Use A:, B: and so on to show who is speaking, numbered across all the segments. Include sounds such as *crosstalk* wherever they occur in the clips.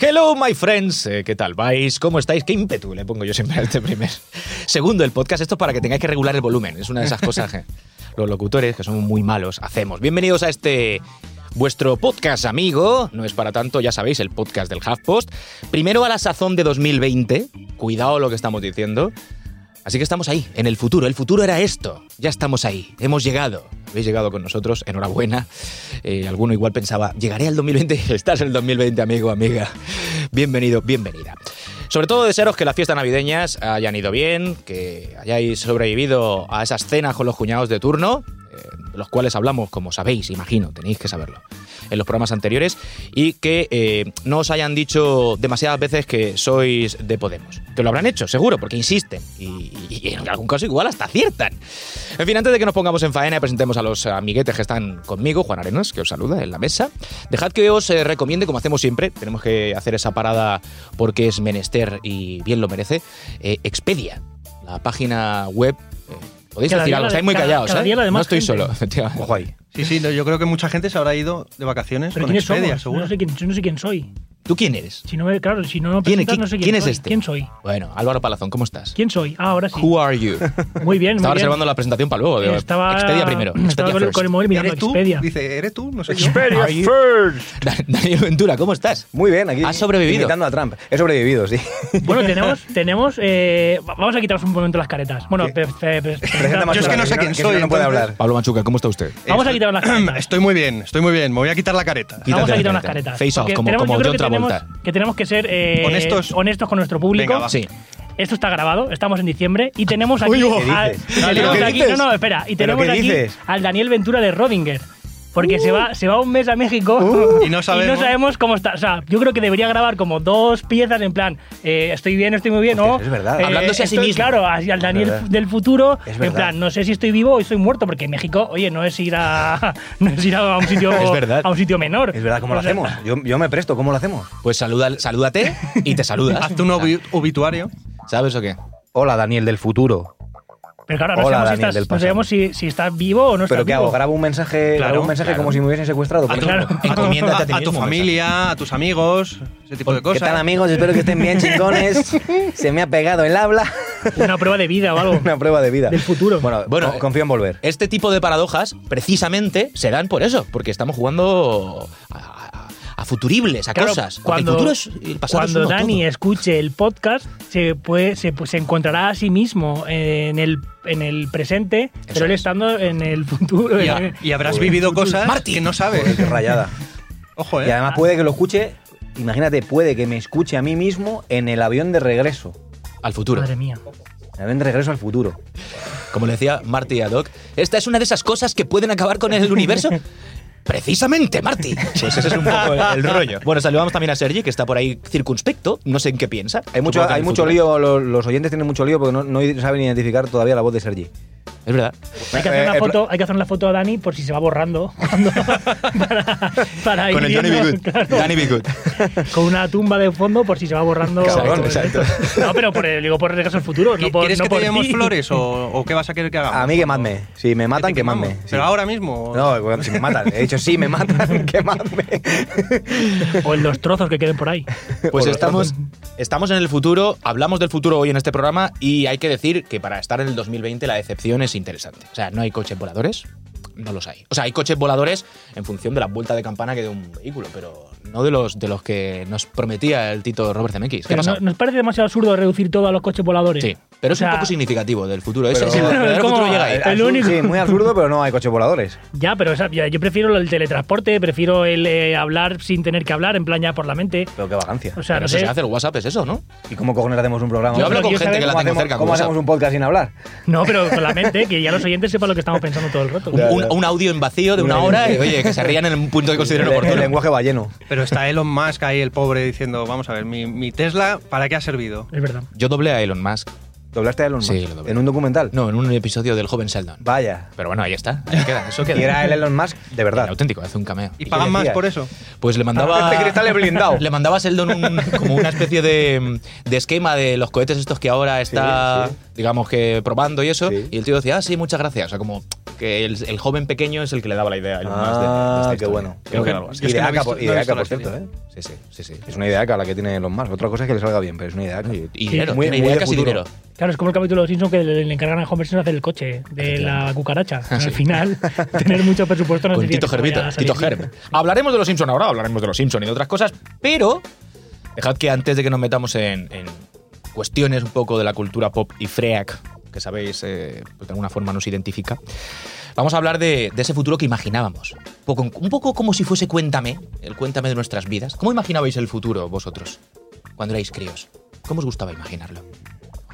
A: Hello, my friends. Eh, ¿Qué tal vais? ¿Cómo estáis? Qué ímpetu le pongo yo siempre a este primer. Segundo, el podcast. Esto es para que tengáis que regular el volumen. Es una de esas cosas que los locutores, que somos muy malos, hacemos. Bienvenidos a este. Vuestro podcast amigo, no es para tanto, ya sabéis, el podcast del HuffPost. Primero a la sazón de 2020, cuidado lo que estamos diciendo. Así que estamos ahí, en el futuro. El futuro era esto. Ya estamos ahí. Hemos llegado. Habéis llegado con nosotros. Enhorabuena. Eh, alguno igual pensaba, llegaré al 2020. *laughs* Estás en el 2020, amigo, amiga. Bienvenido, bienvenida. Sobre todo desearos que las fiestas navideñas hayan ido bien, que hayáis sobrevivido a esas cenas con los cuñados de turno, eh, los cuales hablamos, como sabéis, imagino, tenéis que saberlo, en los programas anteriores, y que eh, no os hayan dicho demasiadas veces que sois de Podemos. Que lo habrán hecho, seguro, porque insisten, y, y- y en algún caso igual hasta aciertan. En fin, antes de que nos pongamos en faena y presentemos a los amiguetes que están conmigo, Juan Arenas, que os saluda en la mesa, dejad que os eh, recomiende, como hacemos siempre, tenemos que hacer esa parada porque es menester y bien lo merece, eh, Expedia, la página web. eh, Podéis
B: Cada
A: decir
B: día
A: algo,
B: la de-
A: estáis muy
B: cada-
A: callados,
B: cada
A: ¿eh?
B: día la de
A: No
B: más
A: estoy
B: gente.
A: solo, *laughs* efectivamente.
C: Ojo ahí.
D: Sí, sí, no, yo creo que mucha gente se habrá ido de vacaciones
B: ¿Pero
D: con
B: quiénes
D: Expedia,
B: somos?
D: seguro.
B: No sé, quién, yo no sé quién soy.
A: ¿Tú quién eres?
B: Si no me, claro, si no me
A: ¿Quién-
B: presentas,
A: qui-
B: no sé quién,
A: quién es
B: soy.
A: este?
B: ¿Quién soy?
A: Bueno, Álvaro Palazón, ¿cómo estás?
B: ¿Quién soy? Ah, ahora sí.
A: Who are you?
B: Muy *laughs* bien, muy
A: Estaba
B: bien.
A: reservando la presentación para luego. digo,
B: Estaba,
A: Expedia primero.
B: estaba
A: Expedia
B: con, el-
A: first. *laughs*
B: con el móvil mirando
D: ¿Eres tú?
B: Expedia.
D: *laughs* Dice, ¿eres tú? No sé. yo.
C: Expedia
A: Are you-
C: first.
A: Dan- Daniel Ventura, ¿cómo estás?
C: Muy bien, aquí.
A: ¿Has sobrevivido?
C: Imitando a Trump. He sobrevivido, *laughs* sí.
B: Bueno, tenemos, tenemos eh, va- vamos a quitaros un momento las caretas. Bueno,
C: ¿Qué?
B: pe- pe- pe-
C: Presenta más
D: Yo es que no
C: palabras,
D: sé quién
C: si no,
D: soy,
C: No puede
D: entonces.
C: hablar.
A: Pablo Machuca, ¿cómo está usted?
B: Vamos a
D: Estoy-
B: quitar las caretas.
D: *clears throat* Estoy muy bien, estoy muy bien. Me voy a quitar la careta.
A: Quítate
B: Vamos a
A: la
B: quitar unas
A: careta.
B: caretas.
A: Face off,
B: porque
A: como-
B: tenemos-
A: como
B: yo creo
A: John
B: que tenemos,
A: Travolta.
B: que tenemos que ser eh,
D: Honestos.
B: honestos con nuestro público.
D: Venga, va.
A: Sí.
B: Esto está grabado, estamos en diciembre y tenemos aquí.
C: Uy, ¿qué
B: a-
C: dices?
B: no,
C: ¿Pero
B: tenemos
D: qué
B: aquí-
C: dices?
B: no, no, espera. Y
C: ¿Pero
B: tenemos
C: qué
B: aquí
C: dices? Uh.
B: al Daniel Ventura de Rodinger. Porque se, va, se va un mes a México *laughs*
D: Y no sabemos.
B: sabemos cómo está. O sea, yo creo que debería grabar como dos piezas en plan: eh, estoy bien, estoy muy bien,
C: Hostia,
B: ¿no?
C: es verdad.
B: Eh,
A: Hablándose a sí
B: estoy-
A: mismo.
B: Claro, así al Daniel
C: verdad.
B: del futuro,
C: Es
B: en
C: verdad.
B: plan: no sé si estoy vivo o estoy muerto, porque en México, oye, no es ir a, *laughs* no es ir a un
C: *laughs*
B: sitio
A: Es verdad.
B: a un sitio menor.
C: Es verdad, ¿cómo lo
B: O sea,
C: hacemos? Yo, yo me presto, ¿cómo lo hacemos?
A: Pues saluda, salúdate y te saludas.
D: Hazte
C: *laughs*
D: un obi- obituario.
A: ¿Sabes o qué?
B: Ah,
C: Hola, Daniel del futuro.
B: Pero claro, no
C: Hola,
B: sabemos, si
C: Daniel
B: estás,
C: del
B: no sabemos si, si estás vivo o no estás
C: ¿Pero qué
B: vivo.
C: hago? ¿Grabo un mensaje,
D: Claro,
C: grabo un mensaje
A: claro.
C: como si me hubiesen secuestrado?
D: A
C: Por
D: tu,
C: ejemplo.
B: Claro.
A: Encomiéndate a ti
D: a, a tu
A: mismo,
D: familia, a tus amigos, ese tipo de
C: Pues, ¿Qué
D: cosas.
C: tal, amigos? Espero que
D: *laughs*
C: estén bien, chingones. Se me ha pegado el habla. *laughs*
B: Una prueba de vida o algo.
C: Una prueba de vida.
B: Del futuro.
C: Bueno,
A: Bueno,
C: bueno eh, confío en volver.
A: Este tipo de paradojas, precisamente, se dan por eso, porque estamos jugando a, a- a futuribles, a
B: Claro,
A: cosas. Porque
B: cuando,
A: el futuro es el pasado. es uno
B: cuando Dani
A: todo.
B: escuche el podcast, se, puede, se, pues, se encontrará a sí mismo en el, en el presente, pero él
A: es.
B: estando en el futuro.
D: Y,
B: en
D: ha-
B: el-
D: y habrás vivido cosas
A: Marty.
D: que no
C: Joder,
D: sabes.
C: qué rayada.
D: Ojo,
C: Y
D: eh.
C: además puede que lo escuche, imagínate, puede que me escuche a mí mismo en el avión de regreso.
A: Al futuro.
B: Madre mía.
C: El avión de regreso al futuro.
A: Como le decía Marty a Doc, esta es una de esas cosas que pueden acabar con el *laughs* universo. Precisamente, Marty. Pues ese es un poco el, el rollo. Bueno, saludamos también a Sergi, que está por ahí circunspecto. No sé en qué piensa.
C: Hay mucho,
A: Supongo que en
C: hay
A: el
C: mucho
A: futuro.
C: lío, lo- los, oyentes tienen mucho lío porque no, no saben identificar todavía la voz de Sergi.
A: Es
C: *laughs*
A: verdad.
B: Hay que, hacer
C: Eh,
B: una
C: eh,
B: foto, hay que hacer una foto a Dani por si se va borrando. *laughs* cuando- para, para ir viendo, claro, con una tumba de fondo por si se va borrando.
C: Cabrón,
A: exacto.
B: No, pero por el, digo por el regreso al futuro. No
D: ¿Qui-
B: por,
D: ¿Quieres
B: no
D: que
B: por
D: te llevemos
B: ti.
D: flores o, o qué vas a querer que hagamos?
C: A mí quemadme. Si me
D: ¿Que te
C: matan,
D: quemamos?
C: quemadme. Sí.
D: Pero ahora mismo.
C: No, bueno, si me matan. He dicho, sí, me matan, *laughs* quemadme.
B: O en los trozos que queden por ahí.
A: Pues
C: Por lo
A: estamos, estamos en el futuro, hablamos del futuro hoy en este programa y hay que decir que para estar en el 2020 la decepción es interesante. O sea, no hay coches voladores, no los hay. O sea, hay coches voladores en función de la vuelta de campana que de un vehículo, pero no de los, de los que nos prometía el tito Robert Zemeckis. ¿Qué ha
B: Pero
A: pasado?
B: no- ¿Nos parece demasiado absurdo reducir todo a los coches voladores?
A: Sí, pero
B: O
A: es
B: sea,
A: un poco significativo del futuro. Ese-
C: Pero-
A: ese- el verdadero
B: ¿Cómo?
A: futuro llega ahí.
B: El
C: Absurdo,
B: único.
C: Ah, Sí, muy absurdo, pero no hay coches voladores.
B: Ya, pero esa- ya, yo prefiero el teletransporte, prefiero el eh, hablar sin tener que hablar, en plan ya por la mente.
C: Pero qué vagancia.
B: O sea,
A: Pero
B: no
A: eso
B: sé.
A: se hace el WhatsApp, es eso, ¿no?
C: ¿Y cómo cojones hacemos un programa?
A: Yo hablo
B: pero
A: con
B: quiero
A: gente
B: saber
A: que la
C: ¿Cómo,
A: tengo
C: hacemos,
A: cerca.
C: cómo
A: con
C: hacemos
A: WhatsApp.
C: un podcast sin hablar?
B: No, pero con la mente, que ya los oyentes sepan lo que estamos pensando todo el rato.
A: Un, un- un audio en vacío de una hora y, oye, que se rían en un punto que
C: El,
A: consideren
C: el
A: oportuno.
C: lenguaje va lleno.
D: Pero está Elon Musk ahí, el pobre, diciendo: Vamos a ver, mi, mi Tesla, ¿para qué ha servido?
B: Es verdad.
A: Yo doblé a Elon Musk.
C: ¿Doblaste a Elon Musk?
A: Sí, lo doblé.
C: ¿En un documental?
A: No, en un episodio del joven Sheldon.
C: Vaya.
A: Pero bueno, ahí está. ahí queda, eso queda.
C: Y era el Elon Musk de
A: Era
C: verdad.
A: auténtico, hace un cameo.
D: ¿Y
C: qué
D: pagan más
C: decías? *laughs*
D: por eso?
A: Pues le mandaba.
C: Este cristal es blindado.
A: *laughs* Le mandaba a Sheldon un- como una especie de, de esquema de los cohetes estos que ahora está,
C: Sí, sí.
A: digamos que probando y eso.
C: Sí.
A: Y el tío decía, ah, sí, muchas gracias. O sea, como que el, el joven pequeño es el que le daba la idea a Elon Musk de- de
C: Ah,
A: esta
C: qué
A: historia.
C: bueno.
A: Creo que era algo
D: Yo
A: así.
D: es que no he
C: Ideaca,
D: visto-
C: por,
D: no he visto
C: ideaca,
D: la
C: por
D: serie.
C: cierto, ¿eh?
A: Sí, sí, sí, sí.
C: Es una ideaca la que tiene los más. Otra cosa es que le salga bien, pero es una ideaca. *laughs*
A: Y dinero,
C: Muy-
A: tiene
C: muy
A: idea
C: de
A: casi
C: futuro.
A: dinero.
B: Claro, es como el capítulo de los Simpsons que le, le encargan a Homer Simpson hacer el coche de la cucaracha. Al final, *laughs* tener mucho presupuesto no
A: Ah, Con
B: significa
A: Tito
B: que vaya
A: Gervita,
B: a
A: Tito
B: salir bien.
A: Gerb. Hablaremos de los Simpson ahora, hablaremos de los Simpson y de otras cosas, pero dejad que antes de que nos metamos en, en cuestiones un poco de la cultura pop y freak, que sabéis, eh, pues de alguna forma nos identifica, vamos a hablar de, de ese futuro que imaginábamos. Un poco, un poco como si fuese Cuéntame, el Cuéntame de nuestras vidas. ¿Cómo imaginabais el futuro vosotros cuando erais críos? ¿Cómo os gustaba imaginarlo?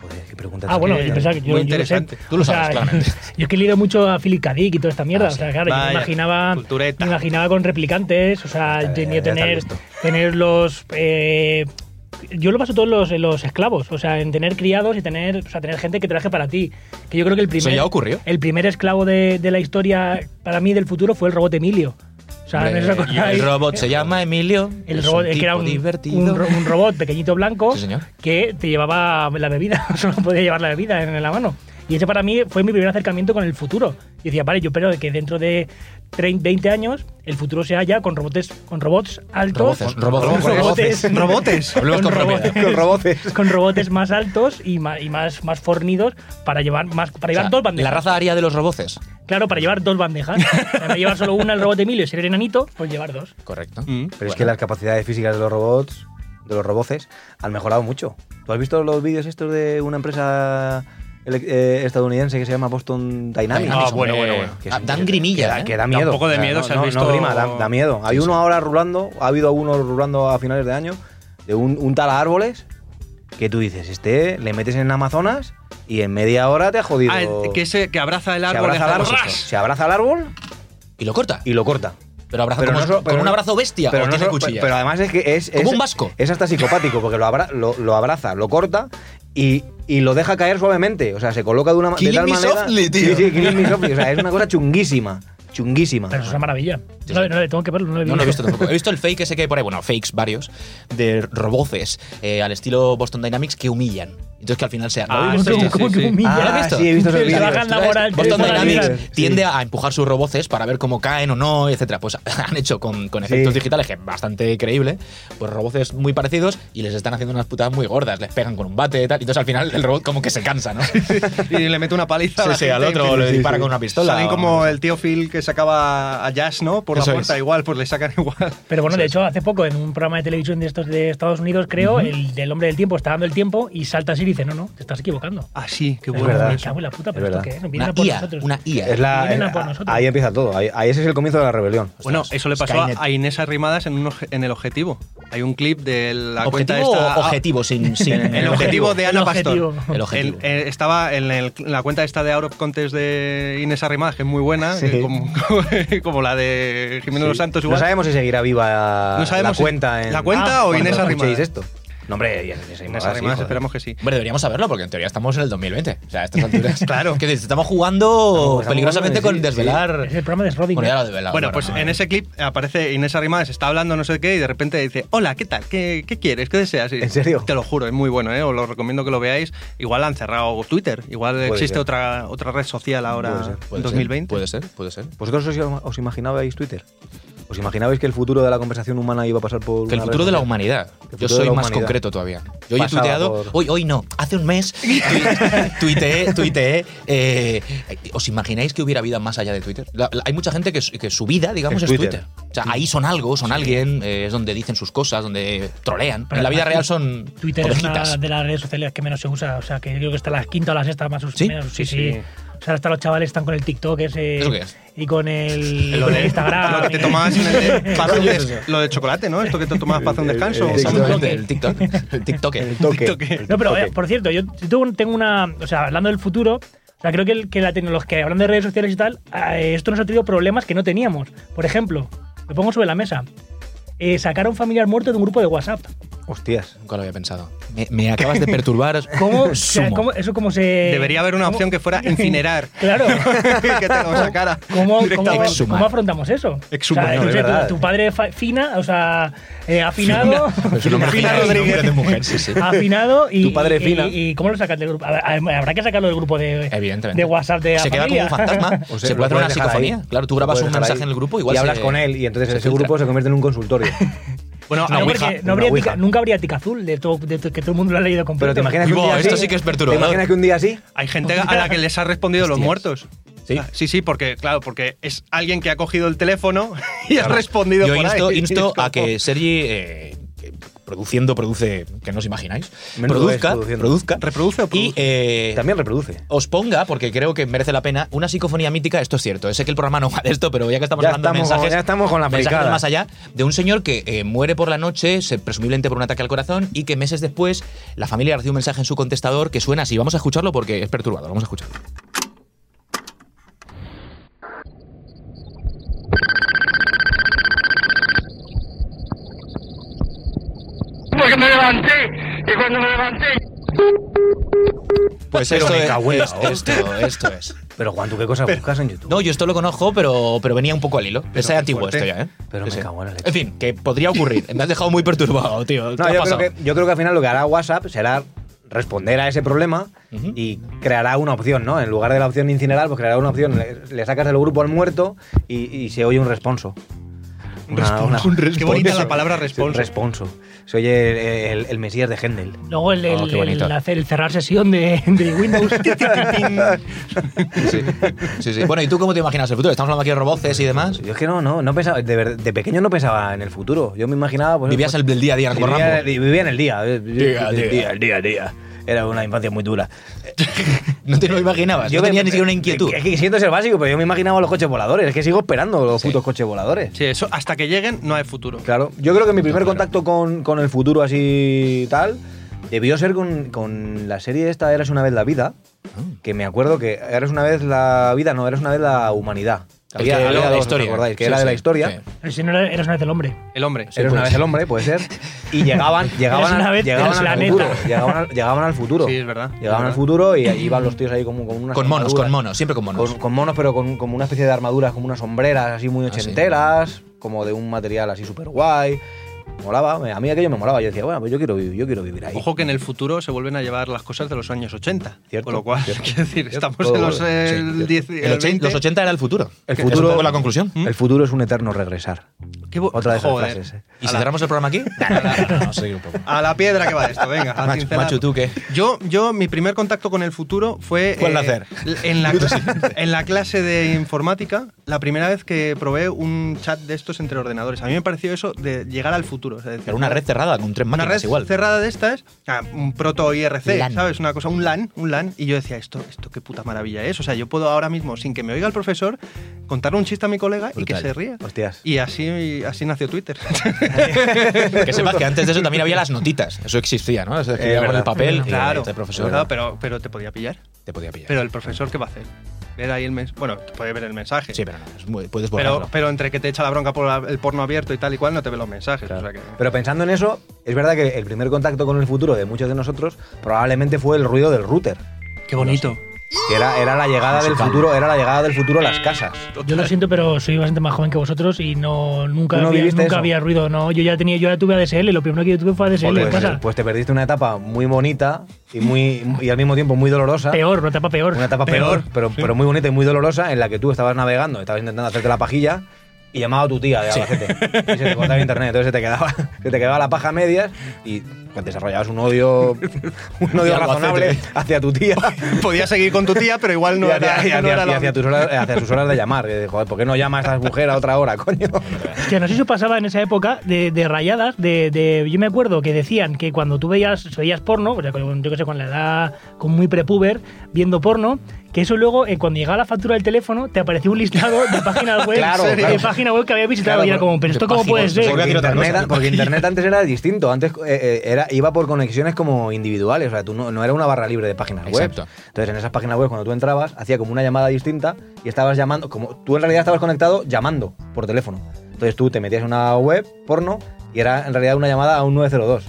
C: Joder, qué pregunta.
B: Ah,
C: tan
B: bueno,
C: seria.
B: yo pensaba que yo,
D: Muy
B: yo lo sé.
D: interesante.
A: Tú lo
B: O sea,
A: sabes, claramente.
B: *laughs* Yo es que he leído mucho a Philip K. Dick y toda esta mierda.
A: Ah,
B: o
A: sí.
B: sea, claro, yo me
D: Vaya,
B: imaginaba,
D: cultureta.
B: me imaginaba con replicantes. O sea,
C: Ya está,
B: tenía
C: ya está el
B: tener,
C: gusto.
B: tener los. eh, yo lo paso todos los, en los esclavos, o sea, en tener criados y tener, o sea, tener gente que trabaje para ti. Que yo creo que el primer,
A: ya ocurrió.
B: El primer esclavo de, de la historia para mí del futuro fue el robot Emilio. O sea,
A: Hombre,
B: ¿no os acordáis?
A: el robot se llama Emilio.
B: El
A: es
B: robot,
A: un
B: es que era
A: tipo
B: un,
A: divertido.
B: un ro- un robot pequeñito blanco
A: Sí, señor.
B: que te llevaba la bebida, *laughs* solo podía llevar la bebida en la mano. Y ese para mí fue mi primer acercamiento con el futuro. Y decía, vale, yo espero que dentro de 30, 20 años el futuro sea ya con robots, con robots
A: Roboces,
B: altos. con-
A: roboces.
B: con robotes.
A: *laughs*
D: Robotes. Robotes.
A: Hablemos con propiedad.
C: Con
B: *laughs*
C: robotes.
B: con robotes más altos y más, y más, más fornidos para llevar más para
A: O sea,
B: llevar
A: la
B: dos bandejas.
A: raza aria de los roboces.
B: Claro, para llevar
A: *laughs*
B: dos bandejas. Para llevar solo una el robot de Emilio y ser el enanito, pues llevar dos.
A: Correcto.
D: *laughs* Mm.
C: Pero es que las capacidades físicas de los robots, de los roboces, han mejorado mucho. ¿Tú has visto los vídeos estos de una empresa ele- eh, estadounidense que se llama Boston Dynamics?
A: Ah,
D: Ah, bueno, bueno, bueno.
C: Que
A: Ah,
C: es-
A: dan grimilla,
C: que da,
A: ¿eh?
C: que da
D: Da un
C: miedo.
D: poco de
C: O sea,
D: miedo,
C: no,
D: si has
C: no- no
D: visto-
C: grima, da, da miedo. Hay uno ahora rulando, ha habido uno rulando a finales de año, de un, un tal a árboles, que tú dices, este le metes en Amazonas y en media hora te ha jodido.
D: Ah, el- que, ese, que abraza el
C: se
D: árbol.
C: abraza al
D: hace
C: árbol,
D: ras.
C: se abraza al árbol
A: Y lo corta.
C: y lo corta.
A: pero abraza
C: pero
A: como,
C: no so-
A: como
C: pero
A: un
C: no-
A: abrazo bestia. o
C: Pero, no
A: tiene
C: solo-
A: cuchillas.
C: pero además es que es.
A: Como
C: es-
A: un vasco.
C: Es hasta psicopático, porque lo, abra- lo, lo abraza, lo corta y, y lo deja caer suavemente. O sea, se coloca de una ma- de
A: Killing
C: tal
A: me
C: manera.
A: softly, tío.
C: Sí, sí, killing me softly. O sea, es una cosa chunguísima. Chunguísima.
B: Pero eso es una maravilla. No, le- no le tengo que verlo, no le
A: no lo he visto tampoco. He visto el fake ese que hay por ahí, bueno, fakes varios, de roboces eh, al estilo Boston Dynamics que humillan. Entonces que al final se
D: Ah,
A: ¿Lo habéis
D: sí,
A: visto?
D: sí,
B: ¿Cómo
D: sí,
B: que
D: sí.
B: humilla?
C: Ah,
A: ¿Lo habéis visto?
C: sí, he visto esos
A: Sí,
C: vídeos.
A: trabajan
B: Tú sabes,
A: laboral,
B: Boston
A: Boston Dynamics
B: Dynamics,
A: tiende
C: sí.
A: a empujar sus roboces para ver cómo caen o no, etcétera. Pues *laughs* han hecho con, con efectos
C: Sí.
A: digitales, que es bastante creíble, pues roboces muy parecidos y les están haciendo unas putadas muy gordas. Les pegan con un bate y tal. Y entonces al final el robot como que se cansa, ¿no?
D: *laughs* y le mete una paliza. a
A: Sí,
D: la
A: sí, al
D: gente
A: otro
D: y-
A: le
D: sí,
A: dispara
D: sí.
A: con una pistola.
D: Salen
A: o-
D: como el tío Phil que sacaba a Jazz, ¿no? Por
A: Eso
D: la puerta,
A: es.
D: igual, pues le sacan *laughs* igual.
B: Pero bueno, de hecho, hace poco en un programa de televisión de estos de Estados Unidos, creo, el del hombre del tiempo está dando el tiempo y salta así y dice, no, no, te estás equivocando.
D: Ah, sí, qué
B: Es
D: bueno.
C: verdad.
B: Me cago en la puta,
C: Es
B: pero esto
C: verdad.
B: qué es, no vienen
A: Una
B: a por
A: IA,
B: nosotros.
A: una IA.
C: Es la,
B: Vienen a
C: eh,
B: por nosotros.
C: ahí empieza todo. Ahí, ahí ese es el comienzo de la rebelión.
D: Bueno,
A: Ostras,
D: eso le pasó a-
A: Skynet.
D: a Inés Arrimadas en, un oje- en el objetivo. Hay un clip de la cuenta
A: ¿Objetivo
D: esta.
A: o
D: ah,
A: objetivo?
D: *laughs*
A: Sin, sin-
D: El objetivo de Ana
B: El objetivo.
D: Pastor.
A: El objetivo.
D: El- eh, estaba en, el- en la cuenta esta de Out of Contest de Inés Arrimadas, que es muy buena,
C: Sí.
D: que como, *laughs* como la de Jimeno
C: Sí.
D: Los Santos
C: No
D: igual.
C: sabemos si seguirá viva
D: No
C: la
D: sabemos si-
C: cuenta. en-
D: ¿La cuenta
B: Ah,
D: o
C: cuando
D: Inés
C: escuchéis
D: Arrimadas?
C: esto. No, hombre, Inés
D: Inés
C: Arrimadas. sí,
D: Arrimadas,
C: joder.
D: esperamos que sí.
A: Hombre, deberíamos saberlo porque en teoría estamos en el 2020. O sea, a estas alturas.
D: *laughs* Claro.
A: Que dices, estamos jugando
C: Estamos
A: peligrosamente
C: jugando,
A: con
C: sí,
A: desvelar.
B: Es el programa de Schrödinger.
A: Bueno, ya lo he desvelado,
D: Bueno, pues
A: no,
D: en
A: eh.
D: ese clip aparece Inés Arrimadas, está hablando no sé qué y de repente dice, hola, ¿qué tal? ¿Qué, qué quieres? ¿Qué deseas? Y-
C: ¿En serio?
D: Te lo juro, es muy bueno, ¿eh? Os lo recomiendo que lo veáis. Igual han cerrado Twitter, igual existe
C: ser.
D: otra, otra red social
C: Puede
D: ahora,
C: ser,
A: Puede ser,
D: en 2020.
A: Puede ser, puede ser.
C: ¿Vosotros os, os imaginabais Twitter? ¿Os imaginabais que el futuro de la conversación humana iba a pasar por.?
A: Que el
C: una
A: futuro de
C: red
A: la
C: social?
A: humanidad.
C: El
A: Yo
C: futuro de
A: soy
C: la
A: más
C: humanidad.
A: concreto todavía. Yo hoy he
C: Pasaba
A: tuiteado,
C: por-
A: hoy, hoy no, hace un *laughs* mes, tui- tuiteé, tuiteé, eh, ¿os imagináis que hubiera vida más allá de Twitter? La- la- hay mucha gente que, su- que su vida, digamos, es,
C: Es
A: Twitter.
C: Twitter.
A: O sea, ahí son algo, son alguien, eh, es donde dicen sus cosas, donde trolean.
B: Pero
A: en la vida
B: además,
A: real son
B: Twitter es
A: ovejitas.
B: una de las redes sociales que menos se usa. O sea, que yo creo que está la quinta o la sexta más
A: ¿Sí?
B: usada. Menos, sí,
D: Sí,
B: sí,
D: sí.
B: O sea, hasta los chavales están con el TikTok ese.
A: ¿Eso qué es?
B: Y con el,
D: Lo
B: con el
D: de,
B: Instagram.
D: lo que te
B: y-
D: tomabas en el de- para un des- lo de chocolate, ¿no? Esto que te tomabas para hacer un descanso.
A: Exactamente, el *laughs* TikTok. *laughs* El TikTok.
C: El toque.
D: TikTok.
B: No, pero
C: Ok.
B: eh, por cierto, yo tengo tengo una. O sea, hablando del futuro. O sea, creo que, el- que la tecnología, hablando de redes sociales y tal, eh, esto nos ha traído problemas que no teníamos. Por ejemplo, lo pongo sobre la mesa. Eh, sacar a un familiar muerto de un grupo de WhatsApp.
C: Hostias.
A: Nunca lo había pensado. Me, me acabas de perturbar. ¿Cómo *laughs*
B: *laughs* O sea,
A: sumo?
B: ¿cómo- eso como se.
D: Debería haber una
B: cómo-
D: opción que fuera incinerar. *laughs*
B: Claro.
D: que tengamos la cara.
B: ¿Cómo, cómo,
D: directamente.
A: Exhumar.
B: cómo afrontamos eso?
D: Exhumar,
B: O sea,
D: no,
B: yo
C: es
B: sé, tu-
C: verdad.
B: tu, padre fa- fina, o sea, eh, afinado. *laughs*
A: Es un hombre
D: Fina
A: genial, es un hombre
D: Rodríguez.
A: de mujer, sí,
B: Ah,
A: sí.
B: afinado y.
C: Tu padre
B: y-
C: fina.
B: Y, y cómo lo sacas del grupo? A ver, Habrá que sacarlo del grupo de,
A: Evidentemente.
B: de WhatsApp de la
A: Se queda como un
B: familia.
A: fantasma. *laughs*
C: O
A: se puede hacer
C: sea, lo puedes
A: una
C: dejar
A: psicofonía.
C: ahí.
A: Claro, tú
C: Lo
A: grabas
C: puedes
A: un
C: dejar
A: mensaje
C: ahí.
A: en el grupo, igual
C: Y
A: se-
C: hablas con él y entonces
A: se
C: ese
A: filtra.
C: grupo se convierte en
B: *laughs*
C: un consultorio.
D: Bueno,
A: Una
B: Ah, no,
A: ouija,
B: porque
A: una
B: no habría
A: ouija.
B: tica- nunca habría tica azul de, todo- de to- que todo el mundo lo ha leído completo.
C: Pero te imaginas que un
A: Buah,
C: día
A: esto
C: así-
A: sí que es perturbador.
C: ¿Te imaginas que un día así?
D: Hay gente a la que les ha respondido los
A: Hostias.
D: muertos.
A: Sí.
D: Ah, sí, sí, porque, claro, porque es alguien que ha cogido el teléfono *laughs* y ha respondido
A: Yo
D: por
A: insto,
D: ahí.
A: insto
D: *laughs* Es como-
A: a que Sergi, eh, que produciendo, produce, que no os imagináis,
C: Menudo
A: produzca,
C: es produciendo.
A: produzca,
D: ¿Reproduce o
A: y
D: produce?
A: eh,
C: También reproduce.
A: os ponga, porque creo que merece la pena, una psicofonía mítica, esto es cierto, eh, sé que el programa no va de esto, pero ya que estamos
C: Ya
A: hablando
C: estamos
A: de
C: con-
A: mensajes,
C: ya estamos con la
A: mensajes
C: fricada.
A: más allá, de un señor que eh, muere por la noche, se- presumiblemente por un ataque al corazón, y que meses después la familia recibe un mensaje en su contestador que suena así, vamos a escucharlo porque es perturbador, vamos a escucharlo.
E: Porque me levanté y cuando me levanté
A: Pues
C: Pero
A: esto
C: me
A: es,
C: cago en la
A: es-
C: hostia.
A: esto, esto es.
C: Pero Juan, ¿tú qué cosas buscas en YouTube?
A: No, yo esto lo conozco, pero, pero venía un poco al hilo. es
D: qué
A: antiguo
D: fuerte.
A: esto ya, ¿eh?
C: Pero me cago en la leche.
A: En fin, que podría ocurrir. Me has dejado muy perturbado, tío. ¿Qué
C: No,
A: ha
C: yo creo,
A: pasado?
C: que, yo creo que al final lo que hará WhatsApp será responder a ese problema y creará una opción, ¿no? En lugar de la opción incinerar, pues creará una opción. Le, le sacas del grupo al muerto y, y se oye un responso.
D: Un responso, un responso. Qué bonita la palabra responso.
C: Un responso. Se oye el, el- el Mesías de Händel.
B: Luego el, el-
A: Oh, qué bonito.
B: el hacer- el cerrar sesión de, de Windows.
A: Sí. sí, sí. Bueno, ¿y tú cómo te imaginas el futuro? Estamos hablando aquí de roboces y demás.
C: Yo es que no, no, no pensaba, de, ver- de pequeño no pensaba en el futuro. Yo me imaginaba. Pues,
A: Vivías
C: pues,
A: el, el día a día en el
C: vivía,
A: Rambo.
C: vivía en el día. eh,
A: Día,
C: el
A: día.
C: día, el día, el día. Era una infancia muy dura.
A: No te lo imaginabas. Yo no
C: me-
A: tenía ni siquiera una inquietud.
C: eh, Es que siento ser básico, pero yo me imaginaba los coches voladores. Es que sigo esperando los putos coches voladores.
D: Sí, eso, hasta que lleguen no hay futuro.
C: Claro, yo creo que mi primer contacto con, con el futuro así tal debió ser con, con la serie esta Eras una vez la vida, que me acuerdo que Eras una vez la vida, no, Eras una vez la humanidad.
A: El que era de la
C: dos, ¿os
A: historia.
C: acordáis? Que
A: Sí,
C: era de la
A: sí,
C: historia.
A: sí.
B: Pero si no era- eras una vez el hombre.
D: El hombre. pues,
C: Eras una vez el hombre, puede ser. *laughs* Y llegaban, *laughs* llegaban,
B: Eras una
C: al-
B: vez
C: llegaban
B: el
C: al
B: planeta.
C: futuro. Llegaban al, llegaban al futuro.
D: Sí, es verdad, es
C: Llegaban al
D: verdad.
C: futuro y ahí iban los tíos ahí como con unas
A: Con monos,
C: armaduras.
A: con monos, siempre con monos.
C: Con, con monos, pero con como una especie de armaduras, como unas sombreras así muy
A: Ah, sí.
C: ochenteras, como de un material así súper guay. Molaba, me- a mí aquello me molaba. Yo decía, bueno, pues yo quiero vivir, yo quiero vivir ahí.
D: Ojo que en el futuro se vuelven a llevar las cosas de los años 80.
C: Cierto,
D: Con lo cual, *laughs*
C: cierto.
D: quiero decir,
C: Cierto.
D: estamos en los eh,
C: Sí, cierto.
D: el 10
A: El ochen- los 80 era el futuro.
C: El
A: Que es un
C: futuro-
A: poco la
C: *laughs*
A: conclusión.
C: El futuro es un eterno regresar.
D: Qué bo-
C: Otra de esas
D: Joder.
C: frases, eh.
A: ¿Y si cerramos el programa aquí? No, no, no, no, vamos a seguir un poco.
D: A la piedra que va esto, venga. a
A: Machu-
D: cincelar.
A: Machu, ¿tú qué?
D: Yo, yo, mi primer contacto con el futuro fue. eh,
A: ¿Cuál hacer? *laughs*
D: En la, en la clase de informática, la primera vez que probé un chat de estos entre ordenadores. A mí me pareció eso de llegar al futuro. o sea, decir,
A: Era una red cerrada con tres
D: Una
A: máquinas
D: red
A: igual.
D: cerrada de estas, ah, un proto IRC,
A: LAN.
D: ¿sabes? Una cosa, un LAN, un LAN. Y yo decía, esto, esto qué puta maravilla es. O sea, yo puedo ahora mismo, sin que me oiga el profesor, contarle un chiste a mi colega y que
A: Brutal.
D: se ría.
C: Hostias.
D: Y así, así nació Twitter. *laughs*
A: Que sepas que antes de eso también había las notitas. Eso existía, ¿no? Se escribía con
C: verdad.
A: el papel y
D: claro,
A: este profesor
D: ¿verdad? pero, pero te podía pillar.
A: te podía pillar.
D: Pero el profesor, ¿qué va a hacer? Ver ahí el mensaje. Bueno, puede ver el mensaje.
A: sí, pero no, es muy- puedes
D: pero,
A: borrarlo.
D: pero entre que te echa la bronca por la- el porno abierto y tal y cual, no te ve los mensajes.
C: Claro.
D: o sea que- *laughs*
C: Pero pensando en eso, es verdad que el primer contacto con el futuro de muchos de nosotros probablemente fue el ruido del router.
D: qué bonito.
C: Que era, era la
D: Ah,
C: llegada del
A: Musical.
C: futuro, era la llegada del futuro a las casas.
B: Yo lo siento, pero soy bastante más joven que vosotros y no nunca,
C: ¿Tú no
B: había,
C: viviste
B: nunca
C: eso?
B: había ruido. No, yo ya tenía, yo ya tuve ADSL, lo primero que yo tuve fue ADSL en
C: Pues,
B: casa.
C: pues te perdiste una etapa muy bonita y muy y al mismo tiempo muy dolorosa.
B: peor, una etapa peor.
C: pues, Una etapa peor, pero, pero muy bonita y muy dolorosa en la que tú estabas navegando, estabas intentando hacerte la pajilla y llamaba a tu tía de Albacete. Y se te cortaba el internet, entonces se te quedaba, *laughs* se te quedaba la paja a medias y pues, desarrollabas un
D: *laughs*
C: odio, un
A: Albacete.
C: odio razonable hacia tu tía.
D: Podía seguir con tu tía, pero igual *laughs* no
C: y
D: era,
C: hacia, y
D: no
C: hacia-
D: era
C: y
D: lo-
C: hacia tus horas, hacia sus horas de llamar. que, Joder, ¿por qué no llama a esta mujer a otra hora, coño?
B: Que no sé si os pasaba en esa época de, de rayadas, de, de- yo me acuerdo que decían que cuando tú veías, si veías porno, o sea, con- yo que sé, con la edad, con muy prepuber, viendo porno, que eso luego, eh, cuando llegaba la factura del teléfono, te aparecía un listado de
A: *laughs*
B: páginas web,
C: Claro,
B: de
C: claro.
B: página web que había visitado
C: Claro,
B: y era como, pero
A: de
B: esto cómo
A: páginas,
B: puede
A: no sé
B: ser.
A: qué.
C: Porque
A: decir otra
C: internet,
A: cosa.
C: *laughs* porque internet antes era distinto. Antes eh, eh, era, iba por conexiones como individuales. O sea, tú no, no era una barra libre de páginas
A: Exacto.
C: web. Entonces, en esas páginas web, cuando tú entrabas, hacía como una llamada distinta y estabas llamando. Como tú en realidad estabas conectado llamando por teléfono. Entonces tú te metías en una web porno y era en realidad una llamada a un 902.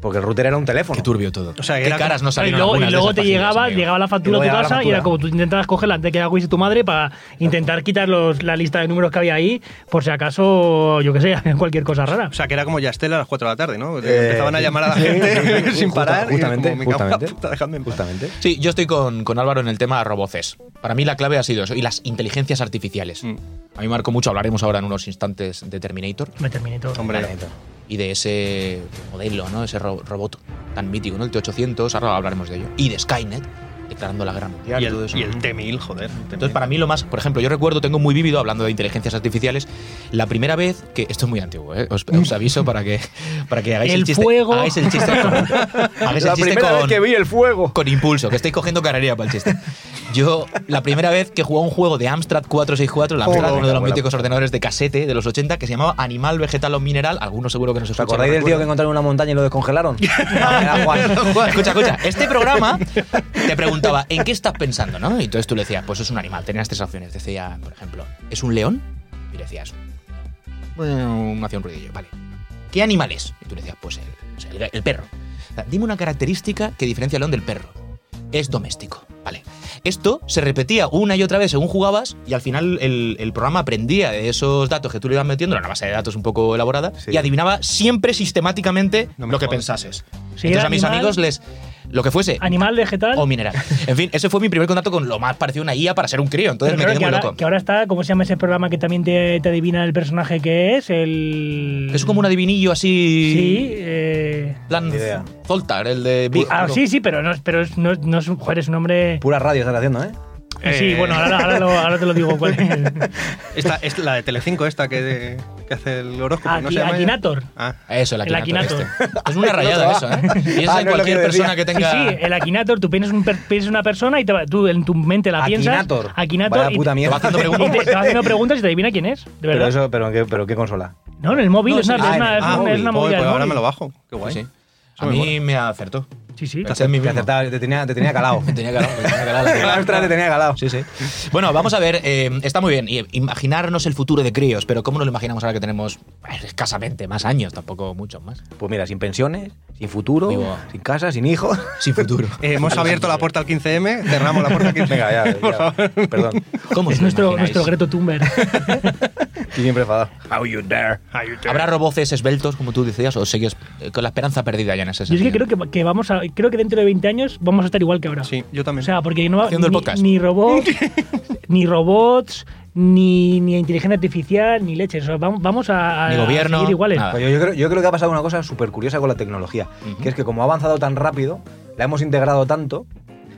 C: Porque el router era un teléfono.
A: Qué turbio todo.
D: O sea, que
A: Qué
D: era como-
A: caras no
B: Y
A: salieron
B: luego, y
A: algunas de
B: luego
A: esas
B: te
A: páginas,
B: llegaba,
A: amigo.
B: llegaba la factura
C: Y
B: a tu
C: luego llegaba la
B: casa y era
C: factura.
B: como tú intentabas cogerla antes que haga tu madre para intentar quitar los- la lista de números que había ahí, por si acaso, yo qué sé, *laughs* cualquier cosa rara.
D: O sea, que era como Yastel a las 4 de la tarde, ¿no?
C: Eh,
D: Empezaban a
C: sí.
D: llamar a la
C: Sí,
D: gente
C: sí,
D: *laughs* sin
C: justa-
D: parar. y
C: Justamente,
D: como, me cago en la
C: justamente.
D: puta, dejadme en paz.
C: justamente.
A: Sí, yo estoy con, con Álvaro en el tema roboces. Para mí la clave ha sido eso. Y las inteligencias artificiales.
D: Mm.
A: A mí marco mucho, hablaremos ahora en unos instantes de Terminator
B: Me terminé todo.
D: Hombre,
A: y de ese modelo, ¿no? Ese ro- robot tan mítico, ¿no? El T-800, ahora hablaremos de ello. Y de Skynet, declarando la guerra mundial
D: y
A: y todo
D: el,
A: eso.
D: y el T-1000, joder. el T-1000.
A: Entonces, para mí lo más, por ejemplo, yo recuerdo, tengo muy vívido, hablando de inteligencias artificiales, la primera vez que, esto es muy antiguo, ¿eh? os, os aviso para que, para que hagáis el,
B: El
A: chiste.
B: fuego.
A: Hagáis el chiste con, hagáis el chiste
C: la primera
A: con-
C: vez que vi el fuego.
A: con impulso, que estáis cogiendo carrera para el chiste. Yo, la primera vez que jugaba un juego de Amstrad 464, el Amstrad,
C: Joder,
A: uno de los
C: abuela.
A: míticos ordenadores de casete de los 80, que se llamaba Animal, Vegetal o Mineral, algunos seguro que nos
C: ¿Os
A: escuchan.
C: acordáis
A: lo
C: del tío que
A: recuerdan.
C: encontraron en una montaña y lo *laughs* descongelaron? Era Juan.
A: Escucha, escucha, este programa te preguntaba, ¿en qué estás pensando? ¿no? Y entonces tú le decías, pues es un animal, tenías tres opciones. Decía, por ejemplo, ¿es un león? Y le decías, "Mm", hacía un ruidillo, vale. ¿Qué animal es? Y tú le decías, pues el, pues el- el perro. O sea, Dime una característica que diferencia al león del perro. Es doméstico, vale. Esto se repetía una y otra vez según jugabas y al final el, el programa aprendía de esos datos que tú le ibas metiendo, era una base de datos un poco elaborada,
C: Sí.
A: y adivinaba siempre sistemáticamente
D: No me
A: lo que
D: jodas.
A: pensases.
B: Si
A: Entonces
B: era
A: a mis
B: animal-
A: amigos les... Lo que fuese,
B: Animal vegetal.
A: o mineral. En fin, ese fue mi primer contacto con lo más parecido a una IA para ser un crío. Entonces
B: Pero claro,
A: me
B: que,
A: quedé muy
B: ahora,
A: loco.
B: que ahora está, ¿cómo se llama ese programa que también te, te adivina el personaje que es? El...
A: Es como un adivinillo así.
B: Sí, eh...
A: Plan
C: Ni idea.
A: Zoltar, el de Big.
B: Ah,
A: ¿no?
B: sí, sí, pero no, pero es- no, no es un joder, es un hombre...
C: Pura radio estás haciendo, ¿eh?
B: Sí,
D: Eh.
B: bueno, ahora, ahora lo- ahora te lo digo cuál es.
D: Esta, es la de Telecinco esta que, que hace el horóscopo. ¿no
B: Aquí-
D: se llama?
B: Akinator.
D: Ah,
A: Eso, el
B: El
A: Akinator.
B: Akinator.
A: este.
B: *laughs*
A: Es una rayada eso, ¿eh? Y eso
C: Ah,
A: en
C: no es lo que
A: cualquier
C: decía.
A: persona que tenga.
B: Sí, eh. sí, el Akinator, tú piensas, un per- piensas una persona y te va- tú en tu mente la piensas.
C: Akinator.
B: Akinator.
C: Vaya
B: y-
C: puta
A: Te va
C: mierda.
A: haciendo
B: y te, *laughs*
A: preguntas.
B: te va haciendo preguntas y te adivina quién es, de
C: *laughs* Pero
B: verdad.
C: eso, pero en qué, pero en qué consola.
B: no, en el móvil,
A: No,
B: es una,
A: sí, sí.
B: es una- es
D: ah,
B: un-
D: móvil.
B: es una
D: Joder,
B: movida.
D: pues
B: del
D: ahora
B: móvil.
D: me lo bajo. Qué
A: Pues Sí,
D: guay.
A: sí.
D: Eso
A: A
D: me
A: mí me acertó.
B: Sí, sí.
A: Pensé en mí
C: Te,
A: mismo.
C: acertaba- te tenía, te tenía *laughs* calado.
A: Me *laughs* tenía que hablar, me tenía que hablar,
C: *laughs*
A: la
C: El
A: verdad.
C: Amstrad te tenía calado.
A: Sí, sí. Bueno, vamos a ver, eh, está muy bien. y- Imaginarnos el futuro de críos, pero ¿cómo nos lo imaginamos ahora que tenemos eh, escasamente más años? Tampoco muchos más.
C: Pues mira, sin pensiones, sin futuro,
A: Digo-
C: sin casa, sin hijos.
A: Sin futuro.
D: Eh, hemos abierto la puerta al 15M, cerramos la puerta al
C: *laughs*
D: 15M.
C: Venga, *laughs* ya, ya,
D: *laughs* Por favor.
C: Perdón.
A: ¿Cómo os
B: Es
A: lo
B: nuestro,
A: imagináis?
B: nuestro Greto Thunberg.
C: Estoy siempre enfadado.
A: ¿Habrá roboces esbeltos, como tú decías, o sigues eh, con la esperanza perdida ya en ese
B: Yo es
A: sentido?
B: que creo que, que vamos a, creo que dentro de 20 años vamos a estar igual que ahora.
D: Sí, yo
B: O
D: también.
B: sea, porque no va
A: Haciendo el
B: ni,
A: podcast.
B: ni robots,
A: *laughs*
B: ni robots, ni, ni inteligencia artificial, ni leches. O sea, vam- vamos a, a
A: Ni gobierno,
B: seguir iguales.
A: nada.
C: Pues yo, yo creo, yo creo que ha pasado una cosa súper curiosa con la tecnología, que es que como ha avanzado tan rápido, la hemos integrado tanto,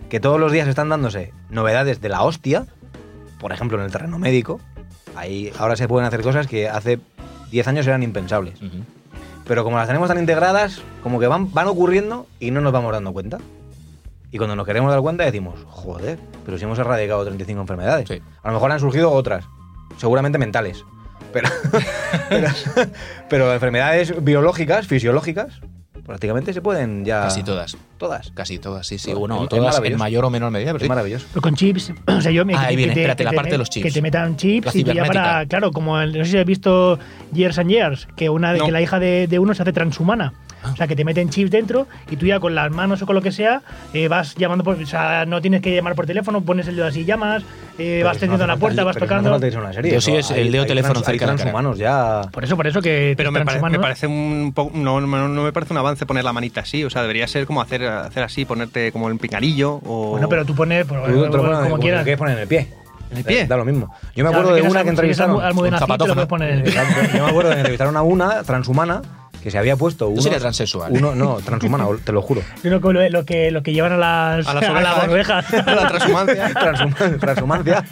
C: que todos los días están dándose novedades de la hostia, por ejemplo en el terreno médico, ahí ahora se pueden hacer cosas que hace 10 años eran impensables.
A: Ujú.
C: Pero como las tenemos tan integradas, como que van, van ocurriendo y no nos vamos dando cuenta. Y cuando nos queremos dar cuenta decimos, joder, pero si hemos erradicado 35 enfermedades.
A: Sí.
C: A lo mejor han surgido otras, seguramente mentales.
A: *laughs*
C: Pero, pero, pero enfermedades biológicas, fisiológicas, prácticamente se pueden ya...
A: Casi todas.
C: Todas.
A: Casi todas, sí, sí.
C: Todas.
A: Bueno,
C: Es- es
A: todas en
C: maravilloso.
A: mayor o menor medida, pero
C: Es
A: sí.
C: maravilloso.
B: Pero con chips, *clears throat* o sea, yo me
A: Ah, ahí
B: que
A: viene,
B: te-
A: espérate,
B: que
A: la
B: te
A: parte de
B: met-
A: los chips.
B: Que te metan chips
A: La
B: y tú ya para,
A: cibernética.
B: claro, como el- no sé si has visto Years and Years, que una de
D: No.
B: que la hija de, de uno se hace transhumana. O sea, que te meten chips dentro y tú ya con las manos o con lo que sea eh, vas llamando, por, o sea, no tienes que llamar por teléfono, pones el dedo así, y llamas, eh, vas tendiendo la puerta, vas tocando.
A: Yo sí es el dedo teléfono cerca de la cara.
C: humanos ya...
B: Por eso, por eso que
D: Pero me, pare-
B: transhumanos-
D: me parece un poco. No, no, no me parece un avance poner la manita así. O sea, debería ser como hacer, hacer así, ponerte como el pinganillo o.
B: Bueno, pero tú pones por-
C: Tú te lo pones
B: como
C: en-
B: quieras.
C: quieres poner en el pie.
D: ¿En el pie?
C: Da lo mismo. Yo pues, me
B: O sea,
C: acuerdo
B: si
C: de
B: quieres
C: una
B: algo-
C: que
B: si quieres algo-
C: entrevistaron.
B: Almodenacito,
A: Un zapatófono.
B: lo puedes poner en el
C: *laughs*
B: pie.
C: Exacto. Yo me acuerdo de que entrevistaron a una transhumana que se había puesto uno.
A: sería transexual.
C: Uno, no, transhumana, te lo juro.
B: Lo que, *laughs* lo que, lo que llevan *laughs* a las,
D: A las ovejas.
B: ovejas.
D: *laughs* A la
C: *laughs*
D: transhumancia.
C: Transhuma- transhumancia,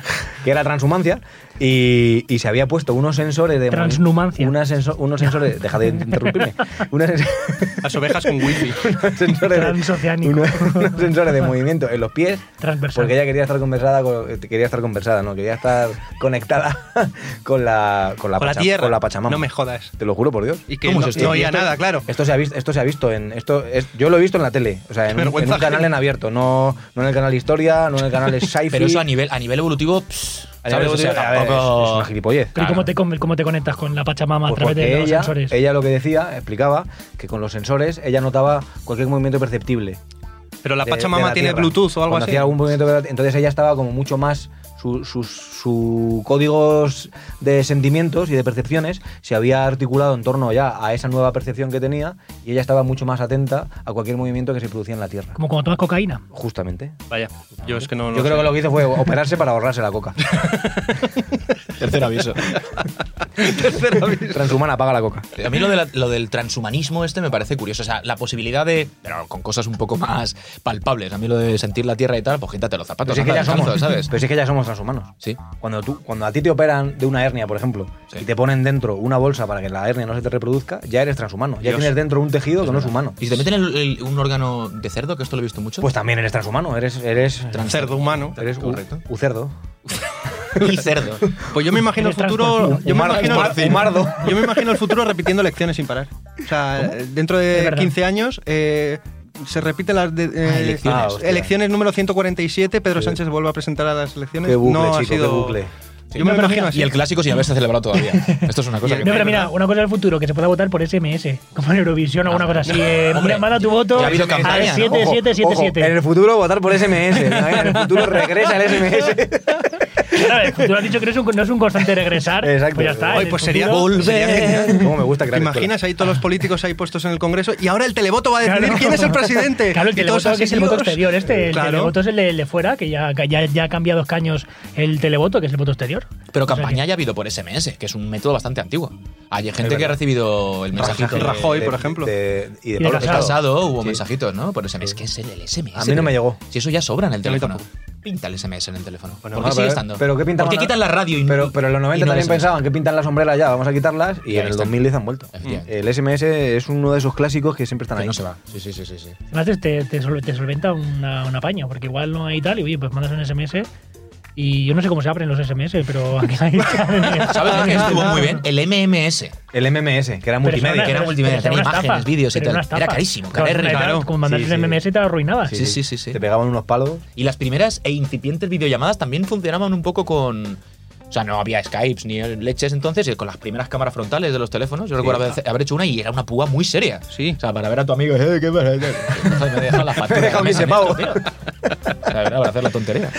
C: que era transhumancia, y, y se había puesto unos sensores de.
B: Transnumancia.
C: unas senso- unos sensores. Deja de interrumpirme. Unas sens- *laughs*
D: Las ovejas con wifi.
C: unos sensores de,
B: Transoceánico.
C: unos, unos sensores de movimiento en los pies
B: Transversal.
C: porque ella quería estar conversada con- eh, quería estar conversada no quería estar conectada *laughs* con la con la,
D: Con la
C: pacha-
D: tierra.
C: con la pachamama
D: No me jodas.
C: te lo juro por dios
D: Y que
A: ¿Cómo
D: no,
A: es esto?
D: no oía
C: esto-
D: nada, claro.
C: Ah, Esto se ha visto, esto se ha visto en esto es- yo lo he visto en la tele,
A: *laughs*
C: o sea, en un,
D: vergüenza
C: en un canal
D: ajena.
A: *laughs*
C: en abierto, no, no en el canal Historia, no en el canal Sci-Fi.
A: Pero eso a nivel, a nivel evolutivo, pss, ¿Sabes? O sea,
C: A ver,
A: tampoco-
C: es, es una gilipollez.
B: Pero ¿y ¿Cómo, te, con- ¿Cómo te conectas con la Pachamama a
C: Pues
B: través de
C: porque
B: los
C: ella,
B: sensores?
C: ella lo que decía, explicaba, que con los sensores ella notaba cualquier movimiento perceptible.
D: Pero la
C: de-
D: Pachamama
C: de la
D: tiene
C: Tierra.
D: Bluetooth o algo
C: Cuando
D: así.
C: hacía algún movimiento de la- entonces ella estaba como mucho más. Sus sus- sus códigos de sentimientos y de percepciones se había articulado en torno ya a esa nueva percepción que tenía y ella estaba mucho más atenta a cualquier movimiento que se producía en la Tierra.
B: Como cuando tomas cocaína.
C: Justamente.
D: Vaya, yo es que no. no
C: Yo creo
D: sé.
C: que lo que hizo fue operarse para ahorrarse la
D: *laughs*
C: coca.
A: *laughs* Tercer aviso.
C: Transhumana, paga la coca.
A: A mí lo, de la- lo del transhumanismo este me parece curioso. O sea, la posibilidad de. Pero con cosas un poco más palpables. A mí lo de sentir la tierra y tal, pues quítate los zapatos.
C: Pero si es que
A: anda,
C: ya somos,
A: descalzo, ¿sabes?
C: pero si es que ya somos transhumanos.
A: Sí.
C: Cuando, tú, cuando a ti te operan de una hernia, por ejemplo,
A: Sí.
C: y te ponen dentro una bolsa para que la hernia no se te reproduzca, ya eres transhumano. Ya
D: Dios.
C: tienes dentro un tejido que no es humano.
A: ¿Y si te meten el- el- un órgano de cerdo? Que esto lo he visto mucho.
C: Pues también eres transhumano, eres, eres,
D: Cerdo humano.
C: eres un,
A: correcto.
C: *laughs* un cerdo.
A: y cerdo.
D: Pues yo me imagino el
B: Eres
D: futuro.
B: transporte.
D: Yo me
C: Humar-
D: imagino,
C: humar- humardo.
D: yo me imagino el futuro repitiendo elecciones sin parar. O sea, eh, dentro
B: Es
D: de
B: verdad.
D: 15 años. eh, se repiten las de- eh,
A: elecciones.
C: Ah, hostia.
D: elecciones número 147. Pedro Sánchez vuelve a presentar a las elecciones.
C: Qué bucle,
D: no ha
C: chico,
D: sido.
C: qué bucle.
D: Yo me
B: No, pero mira,
D: imagino así.
A: Y el clásico sin haberse celebrado todavía. Esto es una cosa que.
B: No, pero mira, una cosa del futuro, que se pueda votar por SMS, como en Eurovisión o una cosa así. eh,
A: Ah, Hombre,
B: manda tu voto
A: ya ha habido campaña,
B: al
A: ¿no?
C: Ojo, ojo, en
B: 7777.
C: el futuro votar por SMS. ¿eh? En el futuro regresa el
A: *laughs*
C: SMS.
B: Claro, el futuro has dicho que no es un, no es un constante regresar.
C: Exacto.
B: Pues ya está.
D: Ay,
B: en el
D: pues sería
B: futuro-
D: gol, sería genial.
C: ¿Cómo me gusta
D: ¿Te
C: crear escuelas.
D: imaginas ahí todos los políticos ahí puestos en el Congreso y ahora el televoto va a decidir
B: Claro. *laughs*
D: quién es el presidente?
B: Claro, el
D: Y todos
B: televoto que
D: así,
B: es el voto
D: Dios.
B: exterior este. El
D: Claro.
B: televoto es el de, el de fuera, que ya, ya, ya ha cambiado dos caños el televoto, que es el voto exterior.
A: Pero
B: O sea
A: campaña
B: que-
A: ya ha habido por SMS, que es un método bastante antiguo. Hay gente que ha recibido el mensajito.
D: Rajoy, Rajoy. por ejemplo.
C: de- y de
B: Y
C: Pablo
A: El
B: Casado.
A: pasado hubo
C: Sí.
A: mensajitos, ¿no? Por SMS. Es que es el SMS.
C: A mí no me llegó.
A: Si eso ya sobra en el
D: A mí
A: teléfono. Pinta el SMS en el teléfono.
D: Bueno,
A: ¿Por qué
C: Ah,
A: sigue
C: pero-
A: estando?
C: Pero ¿qué pintan
A: ¿Por qué
C: ahora?
A: quitan la radio y
C: Pero, pero en los 90
A: y no el
C: también
A: SMS?
C: pensaban que pintan las sombreras ya, vamos a quitarlas. Y
A: Ya
C: en el
A: está.
C: 2010 han vuelto.
A: Efectivamente.
C: El SMS es uno de esos clásicos que siempre están
A: Que
C: ahí.
A: no se va. Sí, sí, sí, sí. sí.
B: Además, te, te, te sol- te solventa una, un apaño, porque igual no hay tal, y oye, pues mandas un SMS. Y yo no sé cómo se abren los SMS, pero *laughs* aquí hay.
A: *laughs* ¿Sabes lo que estuvo muy bien? El MMS.
C: El MMS, que
B: Pero
C: era
B: eso
C: multimedia.
A: que
B: una-
A: era multimedia,
B: pero eso
A: tenía
B: una estafa,
A: imágenes, vídeos y
B: pero
A: tal.
B: una estafa.
A: Era carísimo,
B: Claro,
A: carérrimo.
B: era-
A: Claro.
B: Como mandaste un
C: Sí, sí.
B: MMS te arruinabas.
A: Sí, sí, sí, sí.
C: Te pegaban unos palos.
A: Y las primeras e incipientes videollamadas también funcionaban un poco con. O sea, no había Skypes ni leches entonces, y con las primeras cámaras frontales de los teléfonos. Yo recuerdo haber, haber hecho una y era una púa muy seria.
D: Sí.
A: O sea, para ver a tu amigo, "Eh, ¿qué pasa?". Entonces me dejan la factura.
C: Me deja
A: en la mesa
C: 15
A: en esto,
C: pavos.
A: tío. O sea, era para hacer la tontería.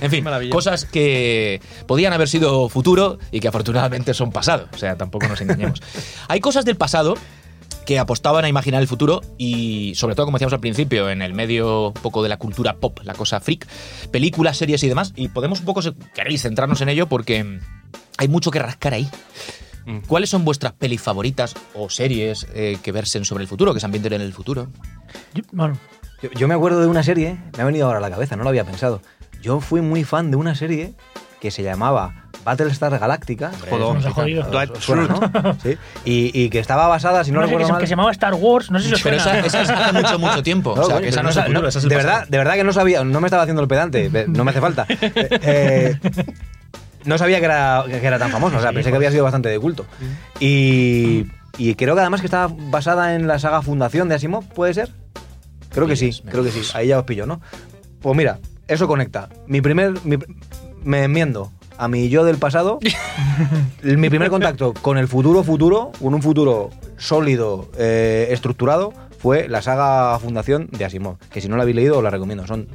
A: En fin,
D: Maravilla.
A: cosas que podían haber sido futuro y que afortunadamente son pasado. O sea, tampoco nos engañemos. Hay cosas del pasado que apostaban a imaginar el futuro y, sobre todo, como decíamos al principio, en el medio un poco de la cultura pop, la cosa freak, películas, series y demás. Y podemos un poco, si queréis, centrarnos en ello porque mm, hay mucho que rascar ahí.
D: Mm.
A: ¿Cuáles son vuestras pelis favoritas o series eh, que versen sobre el futuro, que se ambienten en el futuro?
B: Yo- bueno,
C: Yo, yo me acuerdo de una serie, me ha venido ahora a la cabeza, no lo había pensado. Yo fui muy fan de una serie que se llamaba Battlestar Galactica.
D: Joder.
B: nos ha jodido.
D: Dwight
C: Os suena, ¿no? Sí. Y, y que estaba basada, si no,
B: No sé, que,
C: recuerdo
B: se,
C: mal.
B: que se llamaba Star Wars, no sé si os
A: Pero esa,
B: suena.
A: esa es hace mucho, mucho tiempo.
C: *laughs* No,
A: o sea,
C: coño,
A: que esa
C: pero
A: no es el
C: sa-
A: futuro, esa es el
C: de
A: pasado.
C: verdad, de verdad que no sabía, no me estaba haciendo el pedante, ve- no me
A: *laughs*
C: hace falta. Eh, eh, no sabía que era, que era tan famoso, o sea, pensé que había sido bastante de
A: Mm.
C: culto. Y, y creo que además que estaba basada en la saga Fundación de Asimov, ¿puede ser? Creo que sí,
A: Dios mío.
C: creo que sí, ahí ya os pillo, ¿no? Pues mira, eso conecta. Mi primer, mi pr- me enmiendo a mi yo
A: *laughs*
C: del pasado, mi primer contacto *laughs* con el futuro futuro, con un futuro sólido, eh, estructurado, fue la saga Fundación de Asimov. Que si no la habéis leído, os la recomiendo. Son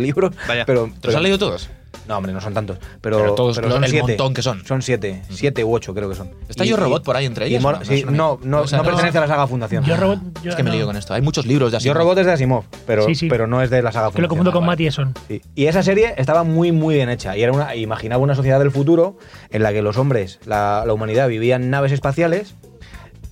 A: *laughs*
C: libros.
D: Vaya.
C: Pero,
A: ¿Te los
C: pero-
A: has leído todos?
C: No, hombre, no son tantos. Pero,
A: Pero todos los-
C: son
A: el
C: siete.
A: montón que son.
C: Son siete, siete u ocho creo que son.
A: ¿Está
C: Y-
A: Yo
C: y-
A: Robot por ahí entre
C: y
A: ellas?
C: Mor-
A: No,
C: sí,
A: no suena.
C: no, no,
A: O sea,
C: no
A: no-
C: pertenece a la saga Fundación.
B: Yo robot. Yo,
A: Es que me
B: no,
A: lío con esto. Hay muchos libros de así.
C: Yo Robot es de Asimov, pero,
B: Sí, sí.
C: pero no es de la saga
B: Que lo
C: Fundación.
B: confundo con
C: Ah, vale.
B: Matt Eason.
C: Sí. Y esa serie estaba muy, muy bien hecha. Y era una, imaginaba una sociedad del futuro en la que los hombres, la, la humanidad, vivían en naves espaciales.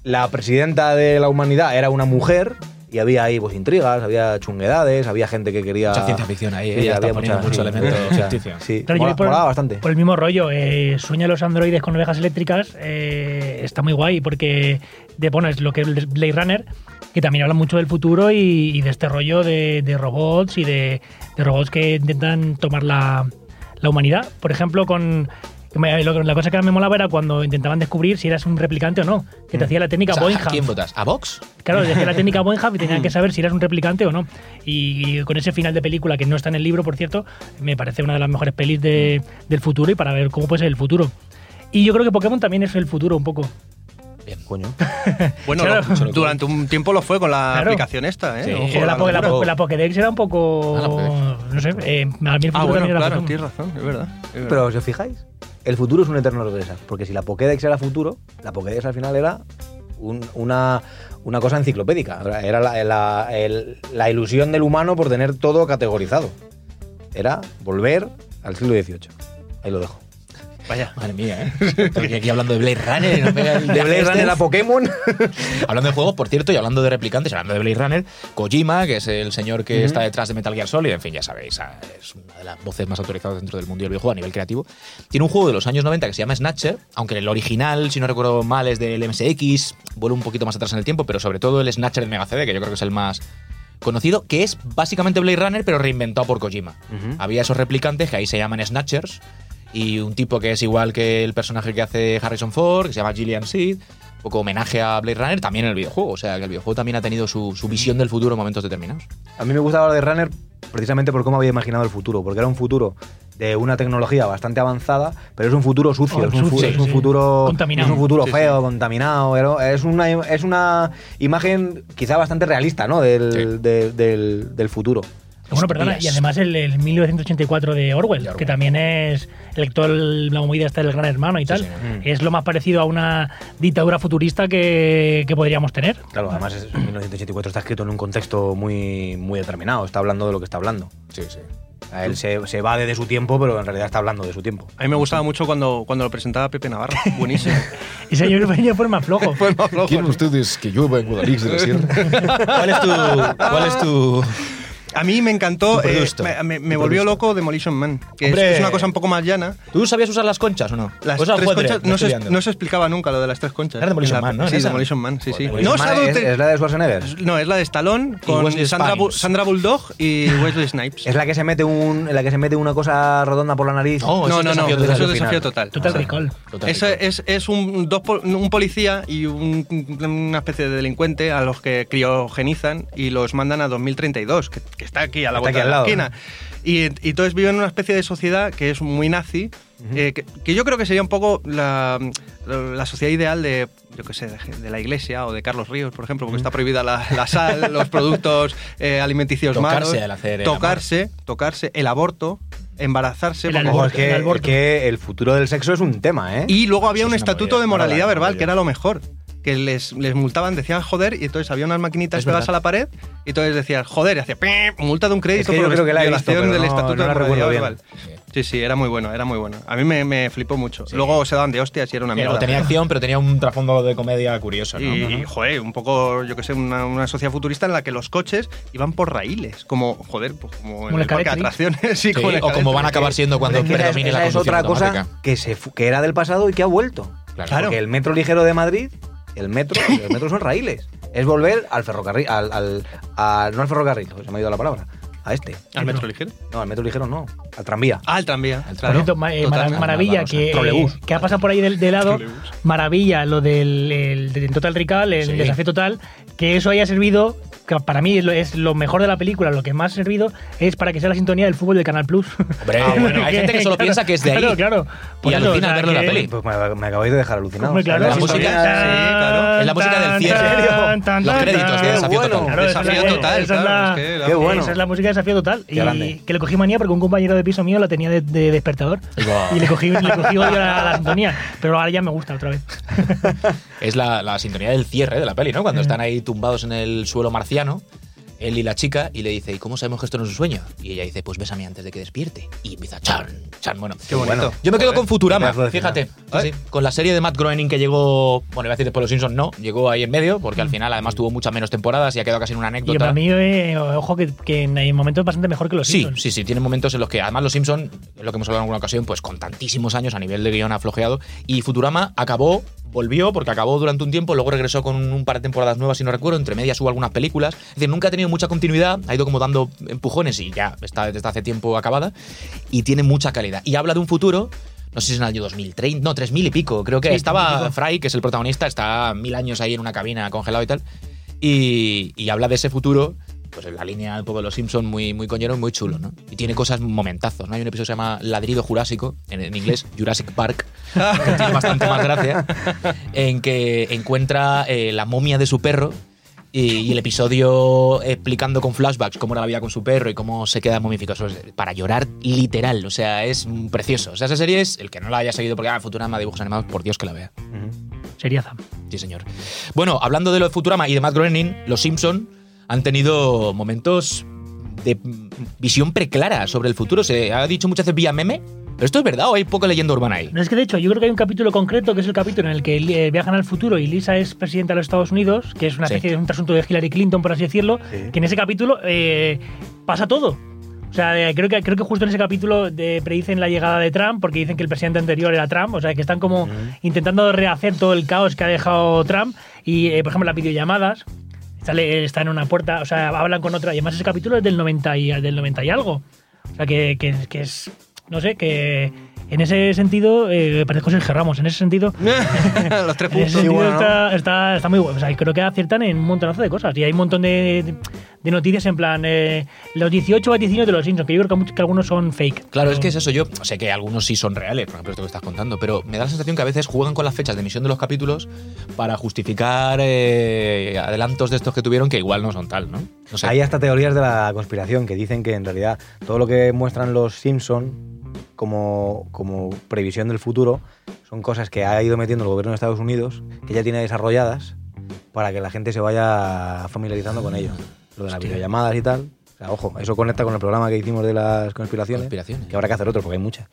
C: La presidenta de la humanidad era una mujer. Y había ahí pues, intrigas, había chunguedades, había gente que quería.
A: Mucha ciencia ficción ahí, ¿eh? Ya está poniendo mucho elemento ficticio.
C: Sí,
B: Claro, yo
C: mola-
B: voy por,
C: molaba bastante.
B: por el mismo rollo, eh, sueña los androides con ovejas eléctricas, eh, está muy guay porque de pones lo que es el Blade Runner, que también habla mucho del futuro y, y de este rollo de, de robots y de, de robots que intentan tomar la, la humanidad. Por ejemplo, con que me- lo que- la cosa que me molaba era cuando intentaban descubrir si eras un replicante o no, que
C: Mm.
B: te hacía la
A: O
B: técnica
A: sea, ¿A
B: Boingham.
A: quién votas? ¿A Vox?
B: Claro, desde la técnica Bonham y tenían que saber si eras un replicante o no. Y con ese final de película, que no está en el libro, por cierto, me parece una de las mejores pelis de- del futuro y para ver cómo puede ser el futuro. Y yo creo que Pokémon también es el futuro un poco.
A: Bien, coño.
D: Bueno,
B: Claro.
D: lo- *laughs* durante un tiempo lo fue con la
B: Claro.
D: aplicación esta, ¿eh?
A: Sí.
D: Ojo,
A: Era
B: Era la, po- la
D: locura.
B: po- la Pokédex era un poco...
A: Ah, la Pokédex.
B: no sé, eh, a mí el futuro
D: Ah, bueno,
B: también era
D: claro,
B: Pokémon.
D: tienes razón, es verdad. es verdad.
C: Pero si os fijáis, el futuro es un eterno regresar. Porque si la Pokédex era futuro, la Pokédex al final era un- una, una cosa enciclopédica. Era- Era la, la- el- la ilusión del humano por tener todo categorizado. Era volver al siglo XVIII. Ahí lo dejo.
D: Vaya.
A: Madre mía, ¿eh? Estoy aquí hablando de Blade Runner. y no pega el este.
C: De Blade Runner a Pokémon.
A: Hablando de juegos, por cierto, y hablando de replicantes, hablando de Blade Runner, Kojima, que es el señor que está detrás de Metal Gear Solid, en fin, ya sabéis, ah, es una de las voces más autorizadas dentro del mundo del videojuego a nivel creativo, tiene un juego de los años 90 que se llama Snatcher, aunque el original, si no recuerdo mal, es del MSX, vuelve un poquito más atrás en el tiempo, pero sobre todo el Snatcher de Mega CD, que yo creo que es el más conocido, que es básicamente Blade Runner, pero reinventado por Kojima.
C: *laughs*
A: Había esos replicantes que ahí se llaman Snatchers, y un tipo que es igual que el personaje que hace Harrison Ford, que se llama Gillian Seed, un poco homenaje a Blade Runner también en el videojuego. O sea, que el videojuego también ha tenido su, su visión del futuro en momentos determinados.
C: A mí me gustaba Blade Runner precisamente por cómo había imaginado el futuro, porque era un futuro de una tecnología bastante avanzada, pero es un futuro sucio,
B: Oh,
C: es, un fu-
B: sucio,
C: es un
B: sí.
C: futuro
B: Contaminado.
C: es un futuro
D: Sí, sí.
C: feo, contaminado, era- es una es una imagen quizá bastante realista, ¿no? del,
A: Sí.
C: de- del- del futuro.
B: Bueno, perdona, y
A: Hostias.
B: además el, el 1984 de Orwell,
A: De Orwell.
B: que también es el, toda el- la movida está del gran hermano y tal,
A: señor.
B: es lo más parecido a una dictadura futurista que, que podríamos tener.
C: Claro, además es- 1984 está escrito en un contexto muy muy determinado, está hablando de lo que está hablando.
A: Sí, sí.
C: A Él se, se va de, de su tiempo, pero en realidad está hablando de su tiempo.
D: A mí me gustaba mucho cuando, cuando lo presentaba
A: *laughs*
D: Pepe Navarro. Buenísimo.
B: Y señor Peña fue el más flojo.
D: Pues más flojo.
A: ustedes que llueva en Guadalix de la Sierra? ¿Cuál es tu...? ¿Cuál es tu...?
D: A mí me encantó,
A: Tu
D: eh,
A: producto.
D: me, me- me
A: Tu
D: volvió
A: producto.
D: loco Demolition Man, que es,
A: Hombre.
D: es una cosa un poco más llana.
A: ¿Tú sabías usar las conchas o no?
D: Las
A: Pues al
D: tres
A: jugadre,
D: conchas, no se,
A: estudiando.
D: no se explicaba nunca lo de las tres conchas.
A: Era Demolition
D: En la-
A: Man, ¿no?
D: Sí,
A: ¿Era esa?
D: Demolition Man, sí, sí.
A: Joder, Demolition
D: No sabe
C: es,
D: usted-
C: es la de Schwarzenegger.
D: No, es la de Stallone con
A: Wesley
D: Sandra, Bu-
A: Snipes.
D: Sandra Bulldog y
A: *laughs*
D: Wesley Snipes.
C: Es la que se mete un en la que se mete una cosa redonda por la nariz.
B: Oh,
A: No,
D: no,
A: eso
D: no,
A: es
D: no,
A: desafío total.
D: eso es desafío
C: final.
D: total.
B: Total
A: Ah,
B: Recall.
A: Total
D: Es,
A: recall.
D: es, es un, dos pol- un policía y un- una especie de delincuente a los que criogenizan y los mandan a 2032, que, que está aquí a la
C: Está aquí
D: vuelta
C: al
D: de la
C: lado,
D: esquina. Y, y entonces viven en una especie de sociedad que es muy nazi, eh, que, que yo creo que sería un poco la, la sociedad ideal de, yo qué sé, de, de la iglesia o de Carlos Ríos, por ejemplo, porque está prohibida la,
C: *laughs*
D: la sal, los productos eh, alimenticios
A: Tocarse
D: malos.
A: al
C: eh,
A: hacer el amor.
D: tocarse, tocarse, el aborto, embarazarse.
B: El
D: porque-
C: Ojo,
B: albor-
C: es
B: el
C: que,
B: albor-
C: es que el futuro del sexo es un tema, ¿eh?
D: y luego había
A: Eso
D: un
A: es una
D: estatuto
A: movida.
D: de moralidad
A: Moral,
D: verbal,
A: moral.
D: que era lo mejor. Que les, les multaban, decían joder, y entonces había unas maquinitas
A: Es
D: pegadas
A: verdad.
D: a la pared, y entonces decías joder, y hacía "Pim", multa de un
C: Es
D: crédito
C: que yo
D: por
C: creo que la he visto,
D: violación
C: pero
D: del
C: no-
D: estatuto
C: no la
D: de moralidad
C: recuerdo bien.
D: verbal. Sí, sí, era muy bueno, era muy bueno. A mí me, me flipó mucho.
A: Sí.
D: Luego se daban de hostias y era una
A: Pero
D: mierda.
A: tenía acción, pero tenía un trasfondo de comedia curioso, ¿no?
D: Y, y, joder, un poco, yo que sé, una, una sociedad futurista en la que los coches iban por raíles, como, joder, pues como en
B: Como la
D: el parque de
B: Caretri.
D: atracciones. *laughs* sí,
A: Sí,
D: como en el
A: o como van a
D: Caretri.
A: acabar siendo cuando
C: Es que esa-
A: predomine
C: esa
A: la
C: es
A: conducción
C: otra cosa
A: automática.
C: que, se, fu- que era del pasado y que ha vuelto.
A: Claro.
C: Porque el metro ligero de Madrid,
A: *laughs*
C: el metro, los metros son raíles. Es volver al ferrocarril, al, al- a- no al ferrocarril, se me ha ido la palabra, a este.
D: Al metro ligero.
C: No, al metro ligero no, al tranvía.
D: Ah, el tranvía.
A: Al
B: Por
D: claro.
B: cierto, ma- eh, Mara-
D: Totalmente.
B: Maravilla,
A: Vamos,
B: que,
A: trolebús.
B: eh, que ha pasado por ahí de, de lado. Maravilla, lo del el- del Total Recall, el
A: Sí.
B: desafío total, que eso haya servido, que para mí es lo, es lo mejor de la película, lo que más ha servido es para que sea la sintonía del fútbol del Canal Plus. *laughs*
A: Hombre, ah, bueno, hay gente que solo piensa que es de ahí.
B: Claro, claro. Por
A: Y
B: eso,
A: alucina al verlo en la
B: que-
A: peli.
C: Pues me, me acabáis de dejar alucinado.
B: Hombre, claro,
C: O sea,
A: La
B: sí,
A: música-
D: sí, claro.
A: Es la música del cierre.
B: Tan, tan, tan,
A: Los
B: tan,
A: créditos de
B: tan.
A: desafío
C: bueno.
A: total.
B: Claro, esa
D: Desafío
B: es la-
D: total,
B: esa es
D: claro,
B: la-
D: es que la-
C: Qué bueno.
B: Eh, Esa es la música de desafío total.
C: Qué grande.
B: Y que le cogí manía porque un compañero de piso mío la tenía de, de despertador.
C: Ah.
A: Guau.
B: Y le cogí, le cogí odio a la, a
C: *laughs*
B: la sintonía. Pero ahora ya me gusta otra vez.
A: Es la, la sintonía del cierre de la peli, ¿no? Cuando están ahí tumbados en el suelo marciano, él y la chica, y le dice, ¿y cómo sabemos que esto no es un sueño? Y ella dice, pues bésame antes de que despierte. Y empieza, chan, chan, bueno.
D: Qué bonito.
A: Yo me quedo con Futurama,
C: pedazo de
A: fíjate.
D: final.
A: Sí, sí. con la serie de Matt Groening que llegó, bueno, iba a decir después de los Simpsons, no, llegó ahí en medio, porque
C: Mm.
A: al final además tuvo muchas menos temporadas y ha quedado casi en una
B: Y para
A: anécdota.
B: mí, eh, ojo, que, que en el momento es bastante mejor que los
A: Sí,
B: Simpsons.
A: sí, sí, tiene momentos en los que además los Simpson, lo que hemos hablado en alguna ocasión, pues con tantísimos años a nivel de guión ha flojeado y Futurama acabó, volvió porque acabó durante un tiempo, luego regresó con un par de temporadas nuevas, si no recuerdo, entre medias hubo algunas películas, es decir, nunca ha tenido mucha continuidad, ha ido como dando empujones y ya está desde hace tiempo acabada y tiene mucha calidad y habla de un futuro no sé si es en el año 2030, no, 3000 y pico. Creo que
B: Sí,
A: estaba
B: tampoco.
A: Fry, que es el protagonista, está mil años ahí en una cabina congelado y tal. Y, y habla de ese futuro, pues en la línea un poco de los Simpsons, muy, muy coñero y muy chulo, ¿no? Y tiene cosas momentazos, ¿no? Hay un episodio que se llama Ladrido Jurásico, en, en inglés Jurassic Park, que tiene bastante más *laughs* gracia, en que encuentra eh, la momia de su perro y, y el episodio explicando con flashbacks cómo era la vida con su perro y cómo se queda momificado. Eso es Para llorar literal, o sea, es mm, precioso. O sea, esa serie es el que no la haya seguido porque ah, Futurama, dibujos animados, por Dios que la vea.
B: Sería Zam.
A: Sí, señor. Bueno, hablando de lo de Futurama y de Matt Groening, los Simpson han tenido momentos de mm, visión preclara sobre el futuro. Se ha dicho muchas veces vía meme, pero esto es verdad o hay poca leyenda urbana ahí.
B: No, Es que de hecho, yo creo que hay un capítulo concreto que es el capítulo en el que eh, viajan al futuro y Lisa es presidenta de los Estados Unidos, que es una
A: Sí.
B: especie de un trasunto de Hillary Clinton, por así decirlo, que en ese capítulo eh, pasa todo. O sea, eh, creo, que, creo que justo en ese capítulo de- predicen la llegada de Trump, porque dicen que el presidente anterior era Trump, o sea, que están como intentando rehacer todo el caos que ha dejado Trump. Y, eh, por ejemplo, las videollamadas, sale, está en una puerta, o sea, hablan con otra. Y además ese capítulo es del 90 y, del 90 y algo. O sea, que, que- que es, no sé, que en ese sentido, eh, parezco Sergio Ramos, en ese sentido...
D: *laughs* Los tres
A: este
B: En ese
D: puntos.
B: sentido
C: bueno, ¿no?
B: está, está- está muy bueno. O sea, creo que aciertan en un montonazo de cosas. Y hay un montón de, de noticias en plan eh, los 18 vaticinios de los Simpsons, que yo creo que, muchos- que algunos son fake.
A: Claro, es que es eso. Yo sé que algunos sí son reales, por ejemplo, esto que estás contando, pero me da la sensación que a veces juegan con las fechas de emisión de los capítulos para justificar eh, adelantos de estos que tuvieron que igual no son tal, ¿no? No sé.
C: Hay hasta teorías de la conspiración que dicen que en realidad todo lo que muestran los Simpson como, como previsión del futuro son cosas que ha ido metiendo el gobierno de Estados Unidos, que ya tiene desarrolladas, para que la gente se vaya familiarizando con ello. Lo de las videollamadas y tal. O sea, ojo, eso conecta con el programa que hicimos de las conspiraciones,
A: Conspiraciones.
C: que habrá que hacer otro porque hay muchas.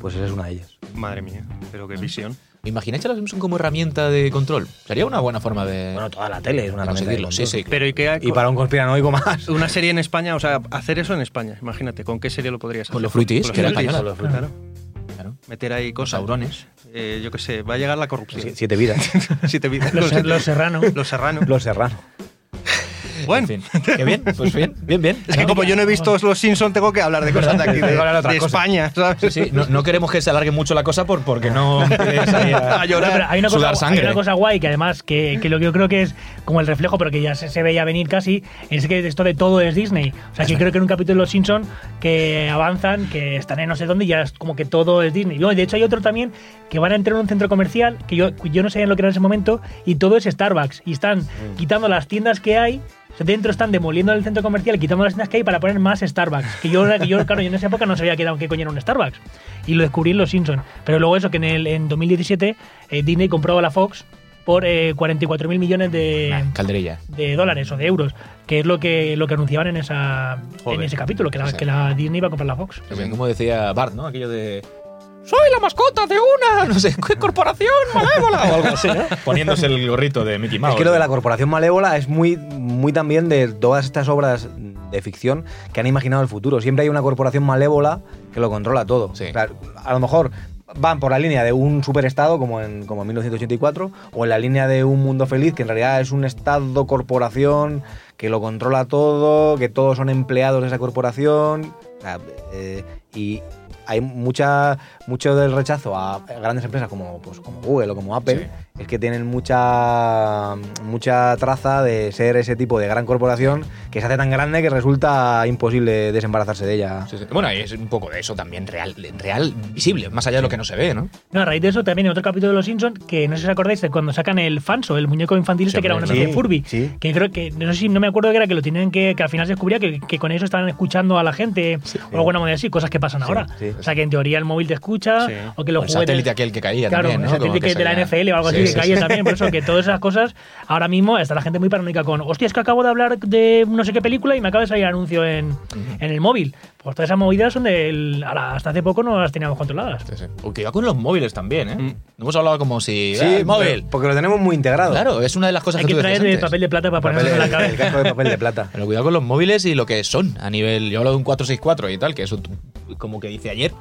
C: Pues esa es una de ellas.
D: Madre mía, pero qué visión.
A: ¿eh? ¿Imagináis a los Simpson como herramienta de control? Sería una buena forma de.
C: Bueno, toda la tele es una
A: de
C: herramienta de
A: conseguirlo. Sí,
C: control.
A: sí.
D: Pero ¿y qué
C: Y para un conspiranoico más. *laughs*
D: una serie en España, o sea, hacer eso en España, imagínate, ¿con qué serie lo podrías hacer?
A: Con los Fruities,
D: Con los
A: que era
D: Fruities,
A: española.
D: con los Fruities,
A: Claro.
D: claro. Meter ahí
A: Los
D: cosas.
A: saurones.
D: Eh, yo qué sé, va a llegar la corrupción.
C: Sí,
A: *laughs*
C: Siete vidas.
D: *laughs* Si te pides-
B: Los, los Serrano.
D: Los serrano.
C: Los serranos.
D: bueno,
A: En fin. Qué bien, pues bien, bien, bien.
D: es que como yo no he visto Los Simpsons, tengo que hablar de cosas de aquí, de,
C: Tengo que hablar de otras
D: de
C: cosas.
D: España, ¿sabes?
A: Sí, sí, no, no queremos que se alargue mucho la cosa por, porque *laughs* no. quieres salir a-
D: *laughs* A
B: No, pero
D: llorar.
B: hay una, cosa,
A: Sudar sangre.
B: hay una cosa guay que además que, que lo que yo creo que es como el reflejo, pero que ya se, se veía venir casi, es que esto de todo es Disney. O sea, que creo que en un capítulo de Los Simpsons que avanzan, que están en no sé dónde y ya es como que todo es Disney. Luego, de hecho, hay otro también que van a entrar en un centro comercial que yo, yo no sabía lo que era en ese momento y todo es Starbucks y están
A: Mm.
B: quitando las tiendas que hay. o sea, Dentro están demoliendo el centro comercial, quitando las tiendas que hay para poner más Starbucks. Que yo, que yo claro, yo en esa época no sabía qué era- qué coño era un Starbucks. Y lo descubrí en Los Simpsons. Pero luego eso, que en, el, en 2017 eh, Disney compró a la Fox por eh, 44 mil millones de,
A: Calderilla.
B: de dólares o de euros, que es lo que, lo que anunciaban en, esa,
A: Joder.
B: en ese capítulo, que la,
A: Sí.
B: que la Disney iba a comprar la Fox.
A: Como decía Bart, ¿no? Aquello de. ¡Soy la mascota de
B: *laughs*
A: una! No sé, ¿qué corporación malévola! O algo así, ¿no? *laughs* Poniéndose el gorrito de Mickey Mouse.
C: Es que lo de la corporación malévola es muy, muy también de todas estas obras de ficción que han imaginado el futuro. Siempre hay una corporación malévola que lo controla todo.
A: Sí.
C: O sea, a lo mejor van por la línea de un superestado como en, como en 1984 o en la línea de un mundo feliz que en realidad es un estado corporación que lo controla todo, que todos son empleados de esa corporación. O sea, eh, y hay mucha mucho del rechazo a grandes empresas como, pues, como Google o como Apple es que tienen mucha mucha traza de ser ese tipo de gran corporación que se hace tan grande que resulta imposible desembarazarse de ella.
A: Sí, sí. Bueno, y es un poco de eso también, real, real, visible, más allá de lo que no se ve, ¿no?
B: No, a raíz de eso también en otro capítulo de Los Simpsons, que no sé si os acordáis de cuando sacan el Fanso, el muñeco infantil este
A: Sí,
B: que era una
A: hombre,
B: especie de
C: claro.
B: Furby.
C: Sí, sí.
B: Que creo que, no sé si no me acuerdo que era que lo tenían que, que al final se descubría que, que con eso estaban escuchando a la gente o alguna manera así, cosas que pasan ahora.
C: sí.
B: O sea que en teoría el móvil te escucha
D: Sí.
B: o que los
A: el
B: juguetes-
A: satélite aquel que caía
B: Claro,
A: también, ¿no?
B: el satélite
A: Como que
B: que de la
A: salía-
B: NFL o algo
A: Sí,
B: así
A: sí,
B: que
A: sí.
B: caía también, por eso que todas esas cosas, ahora mismo está la gente muy paranoica con, hostia, es que acabo de hablar de no sé qué película y me acaba de salir anuncio en, en el móvil. Pues todas esas movidas son del, ahora, hasta hace poco no las teníamos controladas.
A: Sí, sí. O que va con los móviles también, ¿eh? No hemos hablado como si.
C: Mm. Sí,
A: ah, el
C: pero-
A: móvil.
C: Porque lo tenemos muy integrado.
A: Claro, es una de las cosas
B: Hay que
A: tú decías
B: traer el
A: antes.
B: papel de plata para
C: Papel
B: ponerlo en la
C: de- el
B: cabeza.
C: casco de papel de plata.
A: Pero cuidado con los móviles y lo que son a nivel. Yo hablo de un 464 y tal, que eso tú- como que dice ayer.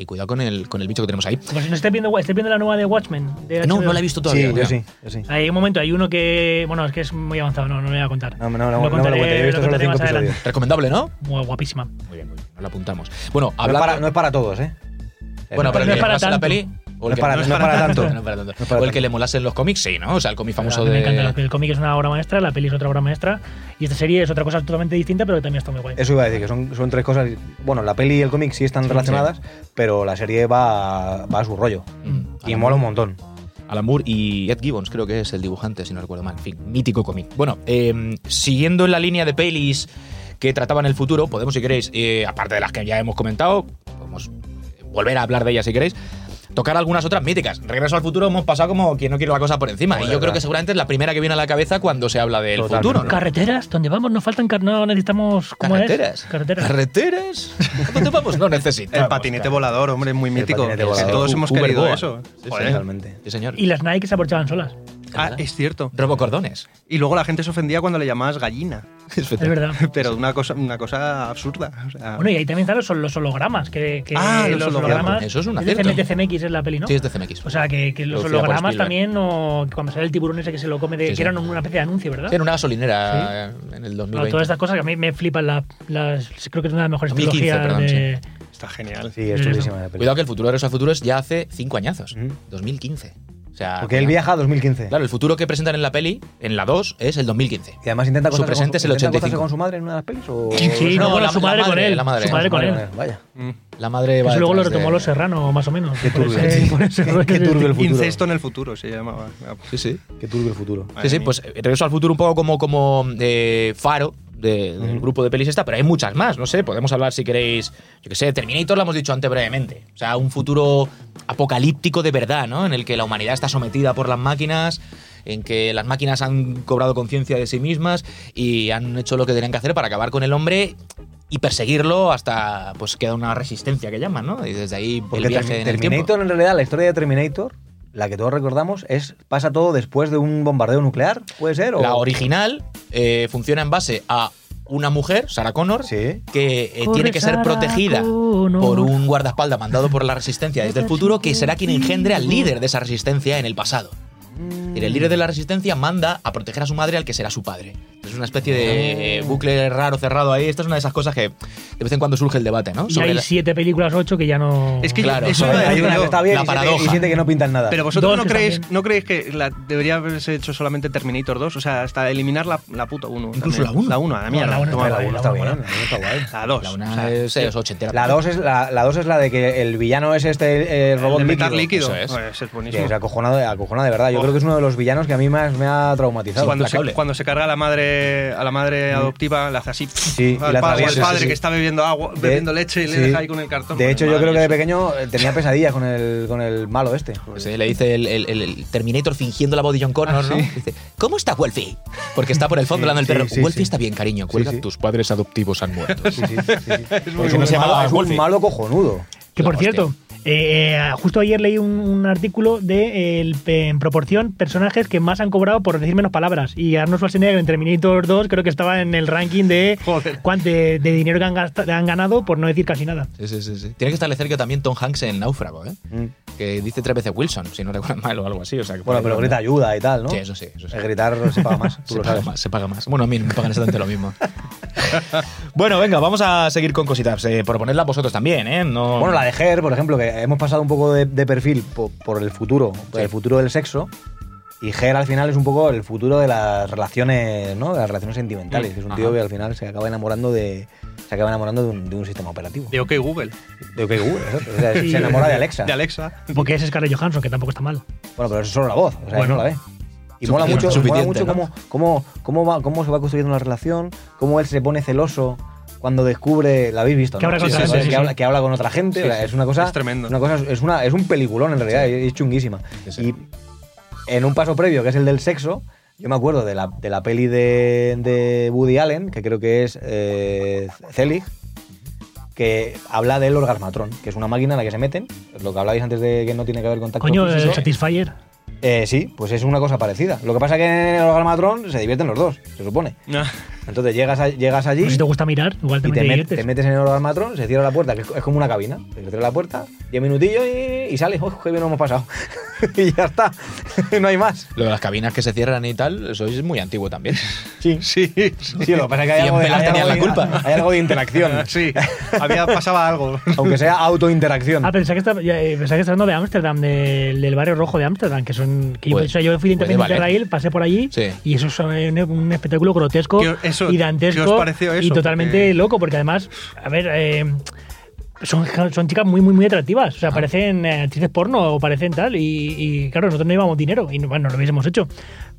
A: Y cuidado con el, con el bicho que tenemos ahí.
B: Como si Pues, no estés viendo, estés viendo la nueva de Watchmen. de
A: No,
B: HBO.
A: no la he visto todavía.
C: sí, yo
A: mira.
C: sí, yo sí.
B: Hay un momento, hay uno que. Bueno, es que es muy avanzado, no, no lo voy a contar.
A: Ah.
C: No, no, no, no,
B: Lo
C: no me lo
B: contaré-
C: cuento. Yo he visto
B: lo
C: solo
B: contaré
C: cinco
B: más adelante.
C: episodios.
A: Recomendable, ¿no?
B: Muy guapísima.
A: Muy bien, muy bien. Nos lo apuntamos. Bueno,
C: No es,
A: hablar.
C: para, no es para todos, ¿eh?
A: Bueno, pero
B: No
A: el que
B: es para
A: le molase la
B: tanto.
A: peli.
C: No es para- no es para tanto.
A: No es para tanto. *laughs*
C: No es para
A: o el que
C: tanto.
A: le molasen los cómics, sí, ¿no? O sea, el cómic
B: A
A: famoso
B: mí
A: de.
B: Me encanta la peli. el cómic, es una obra maestra, la peli es otra obra maestra. Y esta serie es otra cosa totalmente distinta, pero que también está muy guay.
C: Eso iba a decir, que son, son tres cosas. Bueno, la peli y el cómic sí están relacionadas, pero la serie va, va a su rollo.
A: Mm.
C: Y mola un montón.
A: Alan Moore y Ed Gibbons, creo que es el dibujante, si no recuerdo mal. En fin, mítico cómic. Bueno, eh, siguiendo en la línea de pelis que trataban el futuro, podemos, si queréis, eh, aparte de las que ya hemos comentado, podemos eh, volver a hablar de ellas si queréis, tocar algunas otras míticas. Regreso al futuro hemos pasado como quien no quiere la cosa por encima. y yo
C: verdad.
A: creo que seguramente es la primera que viene a la cabeza cuando se habla del
C: Totalmente.
A: futuro. ¿no?
B: Carreteras, donde vamos, no faltan car no necesitamos ¿cómo es?
A: Carreteras.
B: Carreteras.
A: Carreteras. ¿A ¿Dónde vamos? No necesitamos.
D: El
A: pues
D: patinete
A: claro.
D: volador, hombre, muy mítico.
C: patinete
D: que
C: volador.
D: Todos hemos
A: Uber
D: querido
A: Boa.
D: eso.
A: Sí,
D: Joder.
C: Totalmente.
A: Sí, señor.
B: Y las Nike que se aporchaban solas.
D: Ah, es cierto.
A: Robocordones.
D: Y luego la gente se ofendía cuando le llamabas gallina. *laughs*
B: Es verdad.
D: Pero una cosa, una cosa absurda. o sea,
B: Bueno, y ahí también están los, los hologramas. Que, que
D: Ah, los hologramas.
A: Eso es un
B: de
A: acierto.
B: CM- de CMX es la peli, ¿no?
A: Sí, es de CMX.
B: O sea, que, que los
A: Producida por
B: hologramas
A: Spielberg.
B: también, o que cuando sale el tiburón ese que se lo come, de,
A: Sí,
B: que
A: sí.
B: eran una especie de anuncio, ¿verdad?
A: Sí, en una gasolinera eh, en el 2020.
B: No, todas estas cosas que a mí me flipan, la- las, creo que es una de las mejores
A: 2015,
B: trilogías
A: perdón,
B: de...
D: Está genial.
C: Sí, es
B: Sí,
C: chulísima la peli.
A: Cuidado que el futuro de Regreso al Futuro es ya hace cinco añazos.
C: Ujú.
A: 2015. O sea,
C: Porque él viaja a 2015.
A: Claro, el futuro que presentan en la peli, en la 2, es el 2015.
C: Y además intenta
A: Su
C: cosas con
A: presente es el
C: intenta cosas
A: 85.
C: con su madre en una de las pelis o
B: Sí,
A: No,
B: no, bueno,
A: la-
B: su
A: la
B: madre, con
A: madre,
B: él.
A: la madre.
B: su madre
A: Su
B: con él.
C: Vaya.
D: Mm.
A: La madre va
B: Eso luego lo
A: detrás de-
B: retomó Los Serrano, más o menos.
C: Qué
B: por
C: turbio.
B: ese-
C: tío.
B: por ese
C: Qué-
B: rollo
C: qué
B: de-
C: turbio el futuro.
D: Incesto en el futuro se llamaba.
A: Sí, sí.
C: Qué turbio el futuro.
A: Sí,
D: Madre
A: sí,
D: mía.
A: pues eh, Regreso al Futuro un poco como, como eh, faro de- del grupo de pelis esta, pero hay muchas más, no sé, podemos hablar si queréis, yo qué sé, Terminator lo hemos dicho antes brevemente, o sea, un futuro apocalíptico de verdad, ¿no? En el que la humanidad está sometida por las máquinas, en que las máquinas han cobrado conciencia de sí mismas y han hecho lo que tenían que hacer para acabar con el hombre y perseguirlo hasta, pues queda una resistencia que llaman, ¿no? Y desde ahí el
C: Porque
A: viaje
C: Termi-
A: en el tiempo.
C: Terminator, en realidad, la historia de Terminator, la que todos recordamos, es pasa todo después de un bombardeo nuclear, ¿puede ser? O...
A: La original eh, funciona en base a una mujer, Sarah Connor,
C: Sí.
A: que eh,
B: Corre,
A: tiene que ser
B: Sarah
A: protegida
B: Connor.
A: por un guardaespaldas mandado por la resistencia desde el futuro, que será quien engendre al líder de esa resistencia en el pasado. Es decir, El líder de la resistencia manda a proteger a su madre al que será su padre. Es una especie de eh, bucle raro cerrado ahí. Esta es una de esas cosas que de vez en cuando surge el debate, ¿no?
B: Y hay
A: la-
B: siete películas, ocho que ya no...
D: Es que
A: Claro,
D: eso
A: joder,
D: iba a
C: Hay
D: decir
C: una
D: yo.
C: que está bien
A: la
C: y siete-
A: paradoja.
C: y siete que no pintan nada.
D: Pero vosotros
B: Dos
D: no
B: que
D: creéis,
B: también.
D: no creéis que la, debería haberse hecho solamente Terminator 2, o sea, hasta eliminar la, la puta 1.
A: Incluso la uno.
D: La 1, a la mierda.
B: la uno
D: toma
C: la
D: la
C: uno
D: uno.
C: está
B: la
C: bien,
B: uno.
C: la uno está guay.
D: La 2.
A: La una es, es ochentera.
C: La 2 es la, la dos es la de que el villano es este eh, robot líquido.
D: metal líquido.
A: eso es.
D: Joder, ese es
C: Que
D: buenísimo.
C: es acojonado, acojona de verdad. Yo
D: Oh.
C: creo que es uno de los villanos que a mí más me ha traumatizado.
D: cuando,
A: implacable.
D: se, cuando se carga a la madre, a la madre adoptiva, la hace así.
C: Sí, y
D: al
C: la
D: padre,
C: atraviesa,
D: al padre
C: sí, sí.
D: que está bebiendo agua,
C: De-
D: bebiendo leche y le
C: sí.
D: deja ahí con el cartón.
C: De hecho, yo
D: Madre
C: creo que de
D: mía.
C: pequeño eh, tenía pesadillas con el, con el malo este.
A: Sí, le dice el, el- el- el Terminator fingiendo la voz de John Connor, ¿no? Dice, ¿cómo está Wolfie? Porque está por el fondo
C: Ah, Sí,
A: hablando el
C: sí,
A: perro.
C: sí,
A: Wolfie
C: sí.
A: está bien, cariño. Cuelga,
C: sí.
A: tus padres adoptivos han muerto.
C: Sí, sí, sí,
D: *laughs*
C: sí. Porque
D: muy
C: es
D: bueno.
C: un
A: Se llamaba
C: malo- es un
A: Wolfie.
C: malo cojonudo.
B: Que por
A: La
B: cierto, eh, eh, justo ayer leí un, un artículo de eh, el- en proporción personajes que más han cobrado por decir menos palabras. Y Arnold Schwarzenegger en Terminator 2 creo que estaba en el ranking
C: *laughs*
B: de,
D: Joder.
B: cuán- de, de dinero que han, gasta- han ganado por no decir casi nada.
A: Sí, sí, sí, sí. Tiene que establecer que también Tom Hanks en Náufrago, ¿eh?
C: Mm.
A: Que dice tres veces Wilson, si no recuerdo mal o algo así. O sea, que por
C: Bueno,
A: ahí
C: pero
A: anda.
C: grita ayuda y tal, ¿no?
A: Sí, eso sí, eso sí.
C: El gritar se paga más, tú
A: *laughs* Se
C: lo
A: paga
C: sabes.
A: más, se paga más. Bueno, a mí no me pagan exactamente lo
C: *laughs*
A: mismo. bueno, venga, vamos a seguir con cositas. Eh, proponedlas vosotros también, ¿eh? No...
C: Bueno, la de Her, por ejemplo, que hemos pasado un poco de, de perfil po- por, el futuro, por
A: Sí.
C: el futuro del sexo. Y Her al final es un poco el futuro de las relaciones, ¿no? De las relaciones sentimentales. que es un tío
A: Mm, ajá.
C: que al final se acaba enamorando de. Se acaba enamorando de un, de un sistema operativo.
D: De OK Google.
C: De OK Google, exacto. O sea,
B: Sí.
C: se
A: *laughs*
C: enamora de Alexa.
D: De Alexa.
B: Porque es Scarlett Johansson, que tampoco está mal.
C: Bueno, pero eso es solo la voz, o sea,
B: Bueno.
C: no la ve. Y mola
A: Suficiente,
C: mucho, mola
A: suficiente,
C: mucho
A: ¿no?
C: cómo, cómo, cómo, va, cómo se va construyendo una relación, cómo él se pone celoso cuando descubre, la habéis visto,
B: Que
C: ¿no?
B: habla con
C: Sí,
B: otra
C: sí,
B: gente,
C: que
B: sí,
C: habla-
B: sí.
C: que habla con otra gente,
D: Sí,
C: o sea,
D: sí.
C: es una cosa,
D: Es tremendo.
C: una cosa, es una, es un peliculón en realidad, es chunguísima.
A: Sí, sí.
C: Y en un paso previo que es el del sexo, yo me acuerdo de la, de la peli de, de Woody Allen, que creo que es eh, Zelig, que habla del orgasmatrón, que es una máquina en la que se meten, lo que hablabais antes de que no tiene que haber contacto
B: Coño,
C: físico.
B: el Satisfyer.
C: Eh, sí, pues es una cosa parecida. Lo que pasa es que en el Orgamatrón se divierten los dos, se supone.
D: Ah.
C: Entonces llegas, a- llegas allí
B: Pues si te gusta mirar, igual también
C: y te,
B: te,
C: met-
B: diviertes.
C: te metes en el Orgamatrón, se cierra la puerta, que es, co- es como una cabina. Se cierra la puerta, 10 minutillos y, y sales. ¡Uy, qué bien lo hemos pasado! *laughs* y ya está. *laughs* no hay más.
A: Lo de las cabinas que se cierran y tal, eso es muy antiguo también. *laughs*
C: Sí.
D: *laughs* Sí,
C: Sí, lo que pasa es que hay
A: Cien
C: algo de,
A: pelas
C: hay algo
A: tenían la
C: de-
A: culpa.
C: *laughs* hay algo de interacción.
D: *laughs* sí. Había, pasaba algo.
C: Aunque sea autointeracción.
B: Ah, pensaba que, está, ya, eh, pensaba que está hablando de Ámsterdam, del, del barrio rojo de Ámsterdam, que son. Que yo,
A: Puede-
B: o sea, yo fui de
A: puede
B: Internet de
A: valer.
B: Israel, pasé por allí
A: Sí.
B: y eso es un, un espectáculo grotesco
D: ¿Qué- eso-
B: y dantesco
D: qué os pareció eso?
B: y totalmente
D: Porque-
B: loco, porque además, a ver, eh, son, son chicas muy, muy, muy atractivas.
A: Ah.
B: O sea, parecen eh, actrices porno o parecen tal. Y, y, claro, nosotros no llevamos dinero y no- bueno, no lo hubiésemos hecho.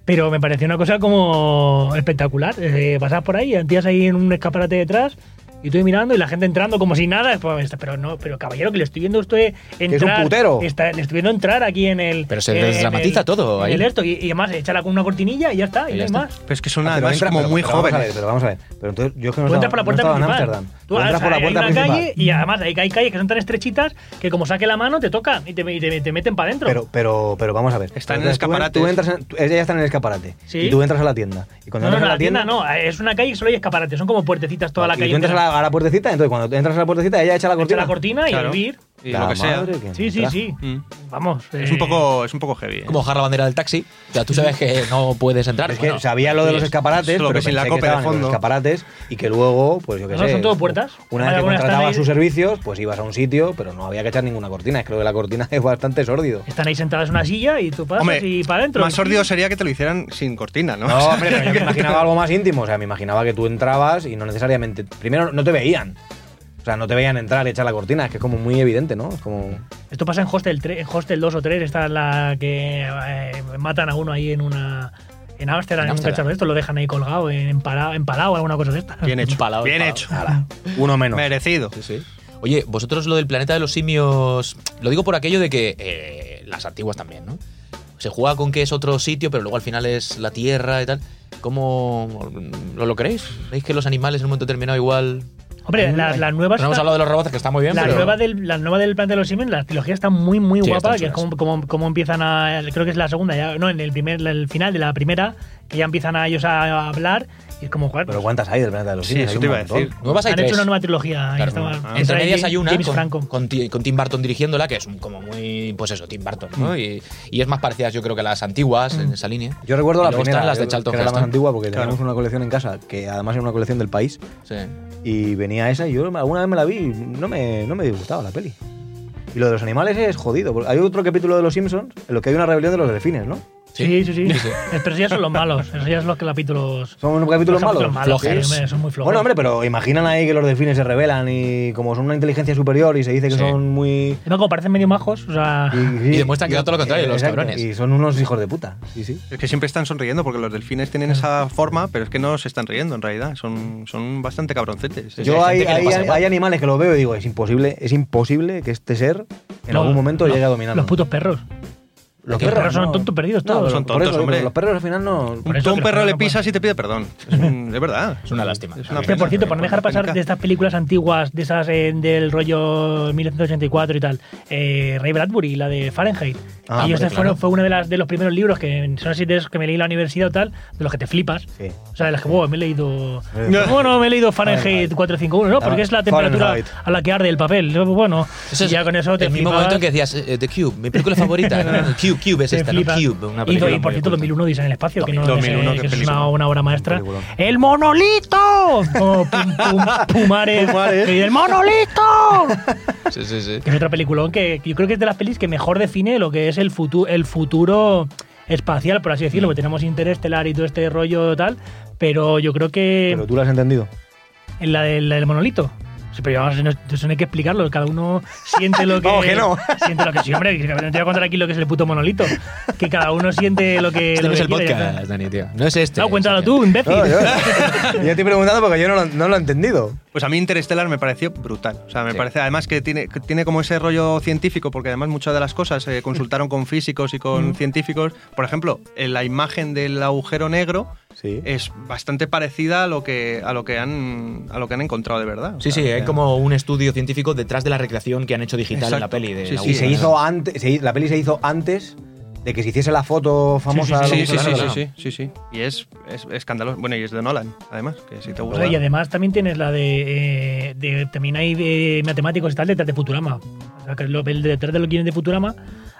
B: Pero me pareció una cosa como espectacular. Eh, pasabas por ahí, antías ahí en un escaparate detrás. Y estoy mirando y la gente entrando como si nada. Pues, Pero no, pero caballero, que le estoy viendo a usted
C: es un
B: entrar.
C: putero.
B: está- le estoy viendo entrar aquí en el. eh,
A: Pero se
B: en- en
A: desdramatiza
B: el-
A: todo
B: en
A: ahí.
B: el esto, y, y además, échala con una cortinilla y ya está,
A: Y
B: y, no
A: ya
B: hay
A: está.
B: más.
D: Pero es que son
C: Ah, pero
D: además
C: entra-
D: como
C: pero-
D: muy
C: pero Vamos a ver,
D: jóvenes.
C: pero vamos a ver. Pero entonces, yo es que no
B: Tú entras
C: estaba,
B: por la
C: no
B: puerta
C: estaba en
B: principal.
C: Ámsterdam.
B: Tú,
C: Tú
B: ah,
C: entras
B: o sea,
C: por la
B: hay
C: puerta
B: una
C: principal.
B: calle y además hay, hay calles que son tan estrechitas que como saque la mano te tocan y te, y te- te meten para adentro.
C: Pero, pero, pero vamos a ver.
D: Está en
C: Entonces,
D: el
C: tú-
D: escaparate.
C: Tú entras en, tú- ella está en el escaparate.
B: Sí.
C: Y tú entras a la tienda. Y
B: no,
C: cuando
B: no, no,
C: entras a
B: la tienda no, es una calle que solo hay escaparates, son como puertecitas toda la
C: y
B: calle.
C: tú entras a
B: entera.
C: la, a la puertecita, entonces cuando entras a la puertecita, ella echa la
B: Echa
C: cortina.
B: la cortina y
D: Claro.
B: el vir.
D: Y
C: La
D: lo que sea.
C: madre que
B: Sí, sí,
C: entra.
B: sí.
D: Mm.
B: Vamos.
D: Es
B: eh,
D: un poco, es un poco heavy. ¿eh?
A: Como bajar la bandera del taxi. O sea, tú sabes que no puedes entrar.
C: Es que
A: Bueno,
C: sabía lo de los
A: sí,
C: escaparates,
D: solo
C: pero
D: que sin la
C: pensé
D: copa de
C: estaban en
D: fondo.
C: los escaparates y que luego, pues yo qué
B: No,
C: sé.
B: son todo puertas.
C: Una
B: Hay
C: vez que
B: algunas están
C: contratabas
B: ahí-
C: sus servicios, pues ibas a un sitio, pero no había que echar ninguna cortina. Es que lo de la cortina *laughs* es bastante sórdido.
B: Están ahí sentadas en una silla y tú pasas
D: Hombre,
B: y para adentro.
D: más sordido sería que te lo hicieran sin cortina, *laughs* ¿no?
C: No, hombre, pero yo me imaginaba algo más íntimo. O sea, me imaginaba que tú entrabas y no necesariamente. Primero, no te veían. O sea, no te veían entrar y echar la cortina. Es que es como muy evidente, ¿no? Es como.
B: Esto pasa en Hostel, 3, en Hostel 2 o 3, está la que eh, matan a uno ahí en una...
A: En
B: En Ámsterdam, en un
A: Ámsterdam.
B: cacharro de esto, lo dejan ahí colgado, en, en, Palau- en Palau, alguna cosa de estas.
D: Bien hecho.
A: Empalado,
D: bien
A: empalado.
D: hecho.
C: Ala, uno menos.
D: Merecido.
A: sí. Oye, vosotros lo del planeta de los simios. Lo digo por aquello de que. eh, las antiguas también, ¿no? Se juega con que es otro sitio, pero luego al final es la tierra y tal. ¿Cómo lo, lo creéis? ¿Veis que los animales en un momento determinado igual.
B: Hombre, las las nuevas...
A: No hemos
B: están-
A: hablado de los robots, que está muy bien,
B: La
A: pero.
B: nueva, del, la nueva del Planeta de los Simios, la trilogía está muy, muy
A: Sí,
B: guapa.
A: están
B: Que es
A: chulas.
B: como, como- como empiezan a. Creo que es la segunda, ya, no, en el primer el final de la primera, que ya empiezan a ellos a hablar. Y es como, joder,
C: Pero
B: pues,
C: ¿cuántas hay del planeta de los
D: Sí,
C: simios?
D: eso
C: Hay un
D: te iba a
C: montón.
D: decir.
A: Nuevas hay
B: han hecho
A: tres.
B: una nueva trilogía. ahí
A: Claro,
B: estaba-
A: ah.
B: está
A: Entre
B: ahí
A: medias hay una
B: James
A: con,
B: Franco.
A: con Ti- con Tim Burton dirigiéndola, que es un- como muy, pues eso, Tim Burton,
B: Mm.
A: ¿no? Y, y es más parecida, yo creo, que a las antiguas en esa línea.
C: Yo recuerdo
A: Y
C: la
A: luego
C: primera,
A: están las de
C: que-
A: Charlton
C: que era la más
A: Heston.
C: antigua, porque
D: Claro.
C: teníamos una colección en casa, que además era una colección del país,
A: Sí.
C: y venía esa, y yo alguna vez me la vi, y no me, no me disgustaba la peli. Y lo de los animales es jodido, porque hay otro capítulo de Los Simpsons en lo que hay una rebelión de los delfines, ¿no?
B: Sí, sí, sí. Pero esos ya son los malos. Esos ya son los capítulos.
C: Son unos capítulos
B: los capítulos
C: malos.
B: malos. sí,
A: Flojers.
B: hombre, son muy flojos.
C: Bueno, hombre, pero imaginan ahí que los delfines se rebelan y como son una inteligencia superior y se dice que
A: Sí.
C: son muy...
B: Además, como parecen medio majos, o sea.
A: Y demuestran que
C: y-
A: es todo lo contrario, los
C: exacto,
A: cabrones.
C: Y son unos hijos de puta, sí, sí.
D: Es que siempre están sonriendo porque los delfines tienen esa forma, pero es que no se están riendo en realidad. Son, son bastante cabroncetes.
A: Sí,
C: Yo
A: hay
C: hay,
A: gente que le
C: hay-
A: pasa
C: hay
A: igual.
C: animales que los veo y digo, es imposible, es imposible que este ser en
B: no,
C: algún momento
B: no,
C: llegue a dominarnos.
B: Los putos perros.
C: Los
A: que
C: perros,
B: perros son
C: no.
B: tontos perdidos todos.
C: pero
D: Son
C: por
D: tontos,
C: eso,
D: hombre.
C: Los perros al final no.
B: Por eso
D: Tú a un
B: que los pues.
D: perro
B: perros
D: le
B: no
D: pisas y te pide perdón. Es, un- es verdad.
A: Es una lástima.
D: Es una
B: Que por
D: pena,
B: cierto,
D: eh,
B: por no dejar pasar
D: penica.
B: de estas películas antiguas, de esas eh, del rollo 1984 y tal, eh, Ray Bradbury, la de Fahrenheit. y
C: Ah,
A: hombre,
B: este fue-
A: claro.
B: fue uno de, las, de los primeros libros que son así de esos que me leí en la universidad o tal, de los que te flipas.
C: Sí.
B: O sea, de las que, wow, me he leído.
C: Eh,
B: Bueno, me he leído
C: Fahrenheit.
B: Fahrenheit 451, ¿no? Porque es la temperatura
C: Fahrenheit.
B: a la que arde el papel. Bueno,
A: Eso es
B: ya con eso te
A: El mismo
B: flipabas.
A: momento en que decías eh, The Cube, mi película
B: *laughs*
A: favorita. ¿no? Cube, Cube es
B: Te
A: esta, ¿no?
B: flipas.
A: Cube, una
B: y,
A: película.
B: y, por
A: muy oculta.
B: cierto, 2001 dice en el espacio, que no
D: 2001,
B: que
D: qué
B: es
D: película.
B: una, una obra maestra.
C: Peliculón.
B: ¡El monolito! Como pum,
A: *laughs*
B: pum, Pumares.
D: Pumares.
B: Y ¡El monolito!
A: Sí, sí, sí.
B: que es otra peliculón que que yo creo que es de las pelis que mejor define lo que es el, futu- el futuro espacial, por así decirlo, porque tenemos Interestelar y todo este rollo tal, pero yo creo que
C: Pero tú lo has entendido.
B: en la, del- la del monolito. Sí, pero vamos, no- eso no hay que explicarlo, cada uno siente
C: *laughs*
B: lo que.
C: Vamos que no.
B: *laughs* Siente lo que sí, hombre, que no te voy a contar aquí lo que es el puto monolito. Que cada uno siente lo que.
A: Este
B: lo
A: no
B: que
A: es el
B: quiere, ya está.
A: podcast, Dani, tío. No es este.
B: No, cuéntalo
A: es
B: tú, imbécil.
C: No, yo,
B: *laughs*
C: yo estoy preguntando porque yo no lo, no lo he entendido.
D: Pues a mí Interstellar me pareció brutal. O sea, me
A: Sí.
D: parece además que tiene, que tiene como ese rollo científico, porque además muchas de las cosas se consultaron con físicos y con científicos. Por ejemplo, en la imagen del agujero negro
C: Sí.
D: es bastante parecida a lo que, a lo que, han, a lo que han encontrado de verdad. O
A: Sí,
D: sea,
B: Ah,
A: sí,
D: o
A: hay
D: sea,
A: como un estudio científico detrás de la recreación que han hecho digital en la
D: Exacto.
A: peli. De
D: Sí,
A: la
D: sí,
C: y
A: Wii.
C: se hizo antes. se hi- la peli se hizo antes de que se hiciese la foto famosa.
D: Sí,
C: de
D: sí,
C: la
D: sí,
A: claro,
D: sí,
A: claro.
D: sí, sí, sí. Y es, es escandaloso. Bueno, y es de Nolan, además, que si te
A: Pues
B: O
D: gusta.
B: sea, y además también tienes la de, eh, de- También hay de matemáticos y tal detrás de Futurama. O sea, que lo, el detrás de los guiones de Futurama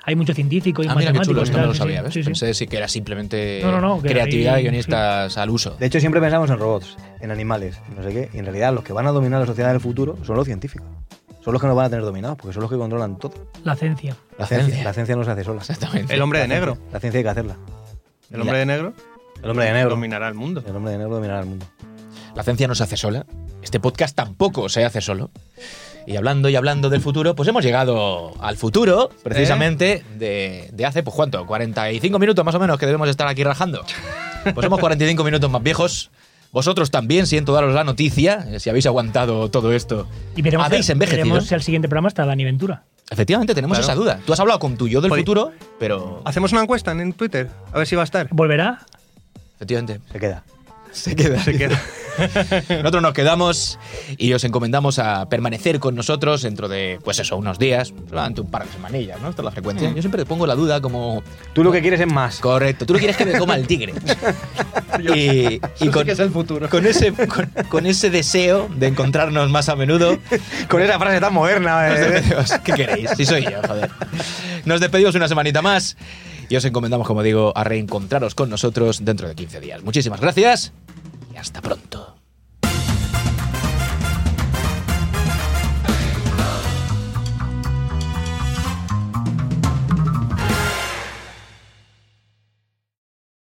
B: hay mucho científico y
A: Ah, mira qué
B: matemático.
A: chulo,
B: y
A: esto
B: tal,
A: no lo
B: sí,
A: sabía,
B: sí,
A: ¿ves?
B: sí, sí.
A: Pensé sí, que era simplemente
B: No, no, no, que
A: creatividad
B: ahí-
A: de
B: *laughs*
A: guionistas al uso.
C: De hecho, siempre pensamos en robots, en animales, en no sé qué. Y en realidad, los que van a dominar la sociedad del futuro son los científicos. Son los que nos van a tener dominados, porque son los que controlan todo.
B: La ciencia.
C: La
A: La
C: ciencia,
A: ciencia.
C: la ciencia no se hace sola.
A: Exactamente.
D: El hombre de
C: La ciencia-
D: negro.
C: La ciencia hay que hacerla.
D: El hombre de negro
C: El hombre de negro.
D: dominará el mundo.
C: El hombre de negro dominará el mundo.
A: La ciencia no se hace sola. Este podcast tampoco se hace solo. Y hablando y hablando del futuro, pues hemos llegado al futuro,
B: ¿Eh?
A: precisamente, de, de hace, pues cuánto, 45 minutos más o menos que debemos estar aquí rajando. Pues somos 45 minutos más viejos. Vosotros también, siento daros la noticia, eh, si habéis aguantado todo esto.
B: Y veremos,
A: Ah, habéis
B: si-
A: envejecido.
B: veremos si al siguiente programa está Dani Ventura.
A: Efectivamente, tenemos
D: Claro.
A: esa duda. Tú has hablado con tu yo del
B: Pues
D: Oye.
A: futuro, pero
D: Hacemos una encuesta en- en Twitter, a ver si va a estar.
B: ¿Volverá?
A: efectivamente
C: Se queda.
A: se queda.
D: Se queda.
A: Nosotros nos quedamos y os encomendamos a permanecer con nosotros dentro de, pues eso, unos días, solamente un par de semanillas, ¿no? Esta es la frecuencia. Yo siempre te pongo la duda como,
C: Tú lo que quieres es más.
A: correcto, tú no quieres que me coma el
C: *laughs*
A: tigre. y y con,
D: futuro.
A: con ese, con, con ese deseo de encontrarnos más a menudo,
C: Con esa frase tan moderna.
A: nos
C: *laughs* eh.
A: despedimos. ¿Qué queréis? Si soy yo, joder. Nos despedimos una semanita más y os encomendamos, como digo, a reencontraros con nosotros dentro de 15 días. Muchísimas gracias y hasta pronto.